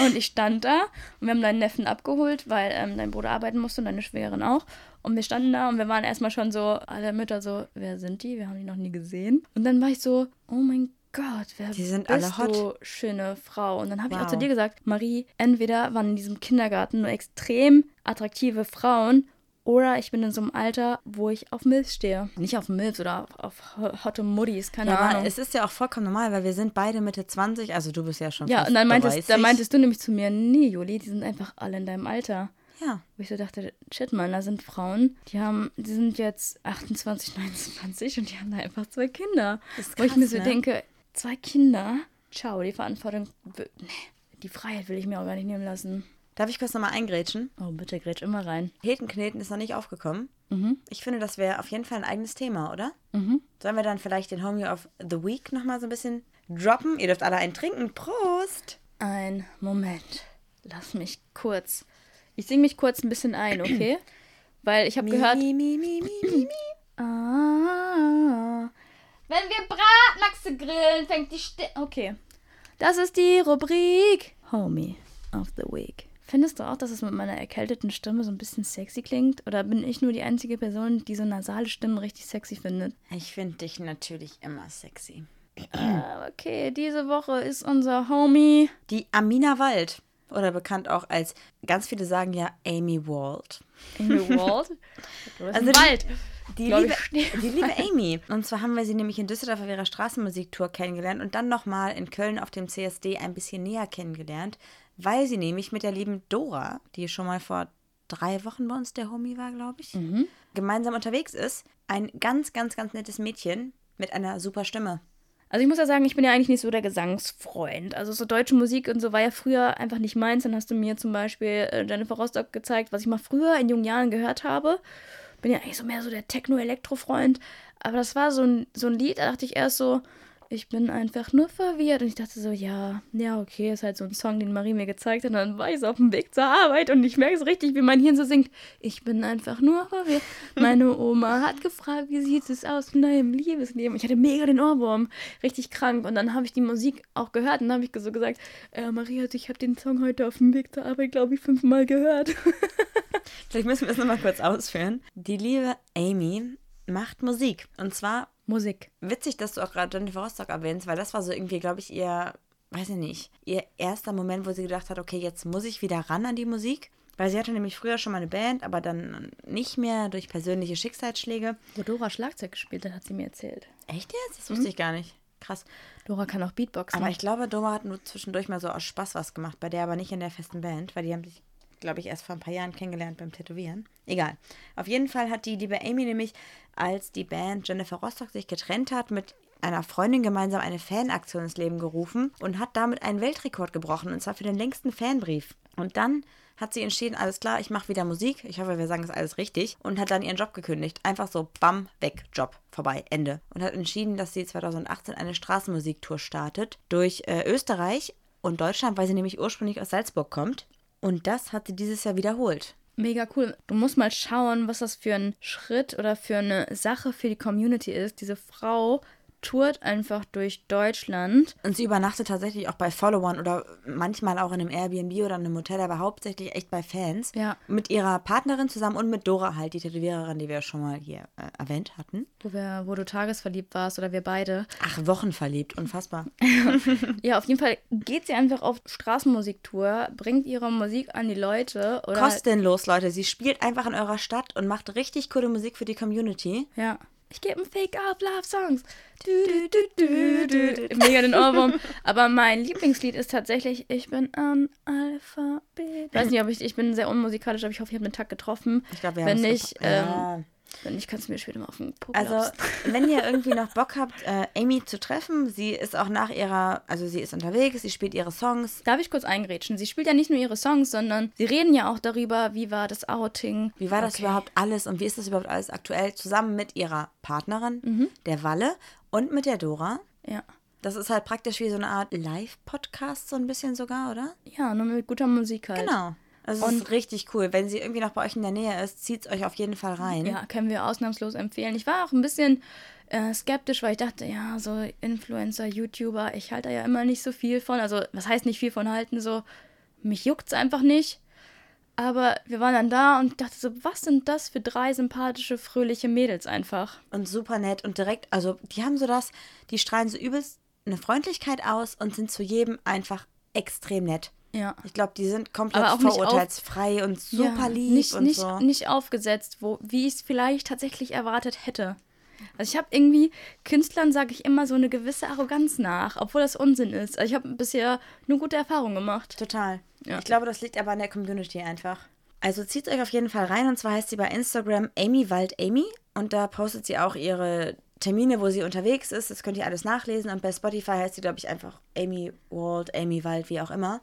[SPEAKER 2] Und ich stand da und wir haben deinen Neffen abgeholt, weil ähm, dein Bruder arbeiten musste und deine Schwägerin auch. Und wir standen da und wir waren erstmal schon so, alle Mütter so, wer sind die? Wir haben die noch nie gesehen. Und dann war ich so, oh mein Gott, wer
[SPEAKER 1] Die sind alle
[SPEAKER 2] bist
[SPEAKER 1] hot.
[SPEAKER 2] du, schöne Frau? Und dann habe ich auch
[SPEAKER 1] Wow.
[SPEAKER 2] zu dir gesagt, Marie, entweder waren in diesem Kindergarten nur extrem attraktive Frauen oder ich bin in so einem Alter, wo ich auf Milfs stehe. Nicht auf Milfs oder auf, auf hotte Muddies, keine
[SPEAKER 1] Ja,
[SPEAKER 2] Ahnung.
[SPEAKER 1] aber es ist ja auch vollkommen normal, weil wir sind beide Mitte 20, also du bist ja schon
[SPEAKER 2] Ja,
[SPEAKER 1] fast
[SPEAKER 2] und dann
[SPEAKER 1] 30.
[SPEAKER 2] meintest, dann meintest du nämlich zu mir, nee, Juli, die sind einfach alle in deinem Alter.
[SPEAKER 1] Ja,
[SPEAKER 2] Wo ich so dachte, shit, man, da sind Frauen, die haben, die sind jetzt 28, 29 und die haben da einfach zwei Kinder.
[SPEAKER 1] Das ist
[SPEAKER 2] Wo ich mir
[SPEAKER 1] krass,
[SPEAKER 2] so
[SPEAKER 1] ne?
[SPEAKER 2] denke, zwei Kinder, ciao, die Verantwortung, w- nee, die Freiheit will ich mir auch gar nicht nehmen lassen.
[SPEAKER 1] darf ich kurz nochmal eingrätschen?
[SPEAKER 2] Oh, bitte grätsch immer rein.
[SPEAKER 1] Hetenkneten ist noch nicht aufgekommen. Ich finde, das wäre auf jeden Fall ein eigenes Thema, oder? Sollen wir dann vielleicht den Homie of the Week nochmal so ein bisschen droppen? Ihr dürft alle einen trinken. Prost!
[SPEAKER 2] Ein Moment, lass mich kurz, ich singe mich kurz ein bisschen ein, okay? Weil ich habe gehört,
[SPEAKER 1] Mi, mi, mi, mi, mi, mi.
[SPEAKER 2] Ah. Wenn wir Bratmaxe grillen, fängt die Stimme. Okay. Das ist die Rubrik Homie of the Week. Findest du auch, dass es mit meiner erkälteten Stimme so ein bisschen sexy klingt? Oder bin ich nur die einzige Person, die so nasale Stimmen richtig sexy findet?
[SPEAKER 1] Ich finde dich natürlich immer sexy.
[SPEAKER 2] Ah, okay, diese Woche ist unser Homie.
[SPEAKER 1] Die Amina Wald. Oder bekannt auch als, ganz viele sagen ja Amy Wald.
[SPEAKER 2] Amy Wald. Also
[SPEAKER 1] Also die-
[SPEAKER 2] Wald.
[SPEAKER 1] Die
[SPEAKER 2] Glaub
[SPEAKER 1] liebe,
[SPEAKER 2] ich.
[SPEAKER 1] die liebe Amy. Und zwar haben wir sie nämlich in Düsseldorf auf ihrer Straßenmusiktour kennengelernt und dann nochmal in Köln auf dem CSD ein bisschen näher kennengelernt, weil sie nämlich mit der lieben Dora, die schon mal vor drei Wochen bei uns der Homie war, glaube ich,
[SPEAKER 2] Mhm.
[SPEAKER 1] gemeinsam unterwegs ist. Ein ganz, ganz, ganz nettes Mädchen mit einer super Stimme.
[SPEAKER 2] Also ich muss ja sagen, ich bin ja eigentlich nicht so der Gesangsfreund. Also so deutsche Musik und so war ja früher einfach nicht meins. Dann hast du mir zum Beispiel äh, Jennifer Rostock gezeigt, was ich mal früher in jungen Jahren gehört habe. Bin ja eigentlich so mehr so der Techno-Elektro-Freund. Aber das war so ein, so ein Lied, da dachte ich erst so, ich bin einfach nur verwirrt. Und ich dachte so, ja, ja, okay, ist halt so ein Song, den Marie mir gezeigt hat. Und dann war ich so auf dem Weg zur Arbeit und ich merke so richtig, wie mein Hirn so singt. Ich bin einfach nur verwirrt. Meine Oma hat gefragt, wie sieht es aus mit deinem Liebesleben? Ich hatte mega den Ohrwurm, richtig krank. Und dann habe ich die Musik auch gehört und dann habe ich so gesagt, äh, Marie, also ich habe den Song heute auf dem Weg zur Arbeit, glaube ich, fünfmal gehört.
[SPEAKER 1] Vielleicht müssen wir es nochmal kurz ausführen. Die liebe Amy macht Musik. Und zwar
[SPEAKER 2] Musik.
[SPEAKER 1] witzig, dass du auch gerade Jennifer Rostock erwähnst, weil das war so irgendwie, glaube ich, ihr, weiß ich nicht, ihr erster Moment, wo sie gedacht hat, okay, jetzt muss ich wieder ran an die Musik. Weil sie hatte nämlich früher schon mal eine Band, aber dann nicht mehr durch persönliche Schicksalsschläge.
[SPEAKER 2] Wo Dora Schlagzeug gespielt hat, hat sie mir erzählt.
[SPEAKER 1] Echt jetzt? Das wusste ich gar nicht. Krass.
[SPEAKER 2] Dora kann auch Beatboxen.
[SPEAKER 1] Aber ich glaube, Doma hat nur zwischendurch mal so aus Spaß was gemacht, bei der aber nicht in der festen Band, weil die haben sich, glaube ich, erst vor ein paar Jahren kennengelernt beim Tätowieren. Egal. Auf jeden Fall hat die liebe Amy nämlich, als die Band Jennifer Rostock sich getrennt hat, mit einer Freundin gemeinsam eine Fanaktion ins Leben gerufen und hat damit einen Weltrekord gebrochen, und zwar für den längsten Fanbrief. Und dann hat sie entschieden, alles klar, ich mache wieder Musik. Ich hoffe, wir sagen das alles richtig. Und hat dann ihren Job gekündigt. Einfach so, bam, weg, Job, vorbei, Ende. Und hat entschieden, dass sie 2018 eine Straßenmusiktour startet durch äh, Österreich und Deutschland, weil sie nämlich ursprünglich aus Salzburg kommt. Und das hat sie dieses Jahr wiederholt.
[SPEAKER 2] Mega cool. Du musst mal schauen, was das für ein Schritt oder für eine Sache für die Community ist. Diese Frau tourt einfach durch Deutschland.
[SPEAKER 1] Und sie übernachtet tatsächlich auch bei Followern oder manchmal auch in einem Airbnb oder in einem Hotel, aber hauptsächlich echt bei Fans.
[SPEAKER 2] Ja.
[SPEAKER 1] Mit ihrer Partnerin zusammen und mit Dora halt, die Tätowiererin, die wir schon mal hier äh, erwähnt hatten.
[SPEAKER 2] Wo, wir, wo du tagesverliebt warst oder wir beide.
[SPEAKER 1] Ach, Wochen verliebt, unfassbar.
[SPEAKER 2] Ja, auf jeden Fall geht sie einfach auf Straßenmusiktour, bringt ihre Musik an die Leute. Oder
[SPEAKER 1] Kostenlos, Leute. Sie spielt einfach in eurer Stadt und macht richtig coole Musik für die Community.
[SPEAKER 2] Ja. Ich gebe einen Fake Up Love Songs. Du, du, du, du, du. Mega den Ohrwurm. Aber mein Lieblingslied ist tatsächlich Ich bin ein Alphabet. Ich weiß nicht, ob ich, ich bin sehr unmusikalisch, aber ich hoffe, ich habe den Takt getroffen.
[SPEAKER 1] Ich glaube, wir
[SPEAKER 2] Wenn
[SPEAKER 1] haben
[SPEAKER 2] nicht, ähm,
[SPEAKER 1] ja.
[SPEAKER 2] Wenn nicht, kannst du mir später mal auf den Po
[SPEAKER 1] Also,
[SPEAKER 2] klopfen.
[SPEAKER 1] wenn ihr irgendwie noch Bock habt, äh, Amy zu treffen, sie ist auch nach ihrer, also sie ist unterwegs, sie spielt ihre Songs.
[SPEAKER 2] Darf ich kurz eingrätschen? Sie spielt ja nicht nur ihre Songs, sondern sie reden ja auch darüber, wie war das Outing.
[SPEAKER 1] Wie war das
[SPEAKER 2] Okay.
[SPEAKER 1] überhaupt alles und wie ist das überhaupt
[SPEAKER 2] Mhm.
[SPEAKER 1] alles aktuell? Zusammen mit ihrer Partnerin, der Walle und mit der Dora.
[SPEAKER 2] Ja.
[SPEAKER 1] Das ist halt praktisch wie so eine Art Live-Podcast, so ein bisschen sogar, oder?
[SPEAKER 2] Ja, nur mit guter Musik halt.
[SPEAKER 1] Genau. Also es ist richtig cool. Wenn sie irgendwie noch bei euch in der Nähe ist, zieht es euch auf jeden Fall rein.
[SPEAKER 2] Ja, können wir ausnahmslos empfehlen. Ich war auch ein bisschen äh, skeptisch, weil ich dachte, ja, so Influencer, YouTuber, ich halte da ja immer nicht so viel von. Also, was heißt nicht viel von halten? So, mich juckt's einfach nicht. Aber wir waren dann da und ich dachte so, was sind das für drei sympathische, fröhliche Mädels einfach?
[SPEAKER 1] Und super nett und direkt, also die haben so das, die strahlen so übelst eine Freundlichkeit aus und sind zu jedem einfach extrem nett.
[SPEAKER 2] Ja.
[SPEAKER 1] Ich glaube, die sind komplett
[SPEAKER 2] Aber auch nicht auf-
[SPEAKER 1] vorurteilsfrei und super
[SPEAKER 2] ja,
[SPEAKER 1] lieb
[SPEAKER 2] nicht,
[SPEAKER 1] und
[SPEAKER 2] nicht,
[SPEAKER 1] so.
[SPEAKER 2] nicht aufgesetzt, wo, wie ich es vielleicht tatsächlich erwartet hätte. Also ich habe irgendwie, Künstlern sage ich immer so eine gewisse Arroganz nach, obwohl das Unsinn ist. Also ich habe bisher nur gute Erfahrungen gemacht.
[SPEAKER 1] Total.
[SPEAKER 2] Ja.
[SPEAKER 1] Ich glaube, das liegt aber an der Community einfach. Also zieht euch auf jeden Fall rein. Und zwar heißt sie bei Instagram Amy Wald Amy. Und da postet sie auch ihre Termine, wo sie unterwegs ist. Das könnt ihr alles nachlesen. Und bei Spotify heißt sie, glaube ich, einfach Amy Wald, Amy Wald, wie auch immer.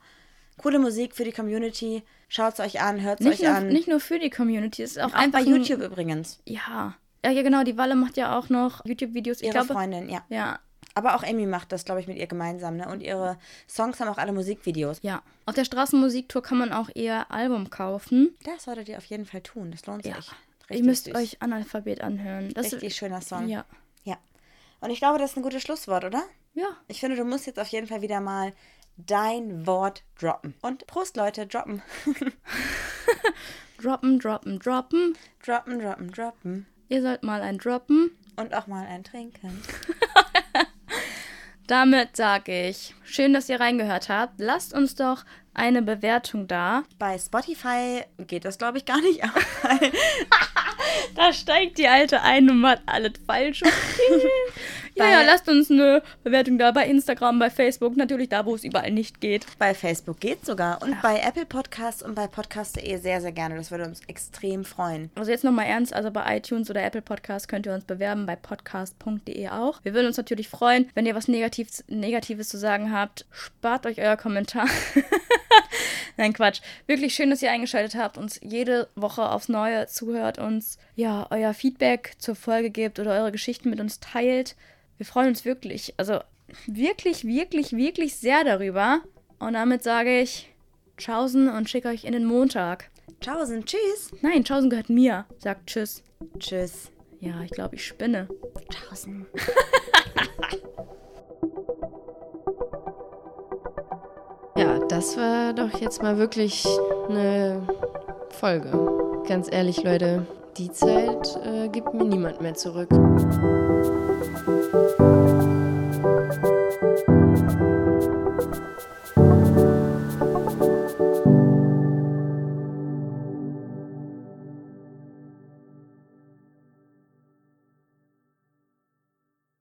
[SPEAKER 1] Coole Musik für die Community. Schaut es euch an, hört es
[SPEAKER 2] Nicht
[SPEAKER 1] euch
[SPEAKER 2] nur,
[SPEAKER 1] an.
[SPEAKER 2] nicht nur für die Community, es ist auch,
[SPEAKER 1] auch
[SPEAKER 2] einfach
[SPEAKER 1] bei
[SPEAKER 2] ein-
[SPEAKER 1] YouTube übrigens.
[SPEAKER 2] Ja. ja. Ja, genau, die Walle macht ja auch noch YouTube-Videos. Ich
[SPEAKER 1] Ihre
[SPEAKER 2] glaube,
[SPEAKER 1] Freundin, ja.
[SPEAKER 2] ja,
[SPEAKER 1] Aber auch Amy macht das, glaube ich, mit ihr gemeinsam. Ne? Und ihre Songs haben auch alle Musikvideos.
[SPEAKER 2] ja. Auf der Straßenmusiktour kann man auch ihr Album kaufen.
[SPEAKER 1] Das solltet ihr auf jeden Fall tun. Das lohnt
[SPEAKER 2] Ja.
[SPEAKER 1] sich.
[SPEAKER 2] ihr müsst
[SPEAKER 1] süß.
[SPEAKER 2] euch Analphabet anhören. Das
[SPEAKER 1] Richtig schöner Song.
[SPEAKER 2] Ja.
[SPEAKER 1] Ja. Und ich glaube, das ist ein gutes Schlusswort, oder?
[SPEAKER 2] Ja.
[SPEAKER 1] Ich finde, du musst jetzt auf jeden Fall wieder mal dein Wort droppen. Und Prost, Leute, droppen.
[SPEAKER 2] Droppen, droppen, droppen.
[SPEAKER 1] droppen, droppen, droppen.
[SPEAKER 2] Ihr sollt mal ein droppen.
[SPEAKER 1] Und auch mal ein Trinken.
[SPEAKER 2] Damit sage ich, schön, dass ihr reingehört habt. Lasst uns doch eine Bewertung da.
[SPEAKER 1] Bei Spotify geht das, glaube ich, gar nicht. Aber
[SPEAKER 2] Da steigt die alte ein und macht alles falsch. ja, ja,
[SPEAKER 1] Bei-
[SPEAKER 2] lasst uns eine Bewertung da bei Instagram, bei Facebook, natürlich da, wo es überall nicht geht.
[SPEAKER 1] bei Facebook geht sogar. Und bei Apple Podcasts und bei podcast.de sehr, sehr gerne. Das würde uns extrem freuen.
[SPEAKER 2] Also jetzt nochmal ernst, also bei iTunes oder Apple Podcasts könnt ihr uns bewerben, bei podcast.de auch. Wir würden uns natürlich freuen, wenn ihr was Negatives, Negatives zu sagen habt. Spart euch euer Kommentar. Nein, Quatsch. Wirklich schön, dass ihr eingeschaltet habt, uns jede Woche aufs Neue zuhört, uns ja euer Feedback zur Folge gebt oder eure Geschichten mit uns teilt. Wir freuen uns wirklich, also wirklich, wirklich, wirklich sehr darüber. Und damit sage ich Tschaußen und schicke euch in den Montag.
[SPEAKER 1] Tschaußen, tschüss.
[SPEAKER 2] Nein, Tschaußen gehört mir. Sagt Tschüss.
[SPEAKER 1] Tschüss.
[SPEAKER 2] Ja, ich glaube, ich spinne.
[SPEAKER 1] Tschaußen.
[SPEAKER 4] Ja, das war doch jetzt mal wirklich eine Folge. Ganz ehrlich, Leute, die Zeit äh, gibt mir niemand mehr zurück.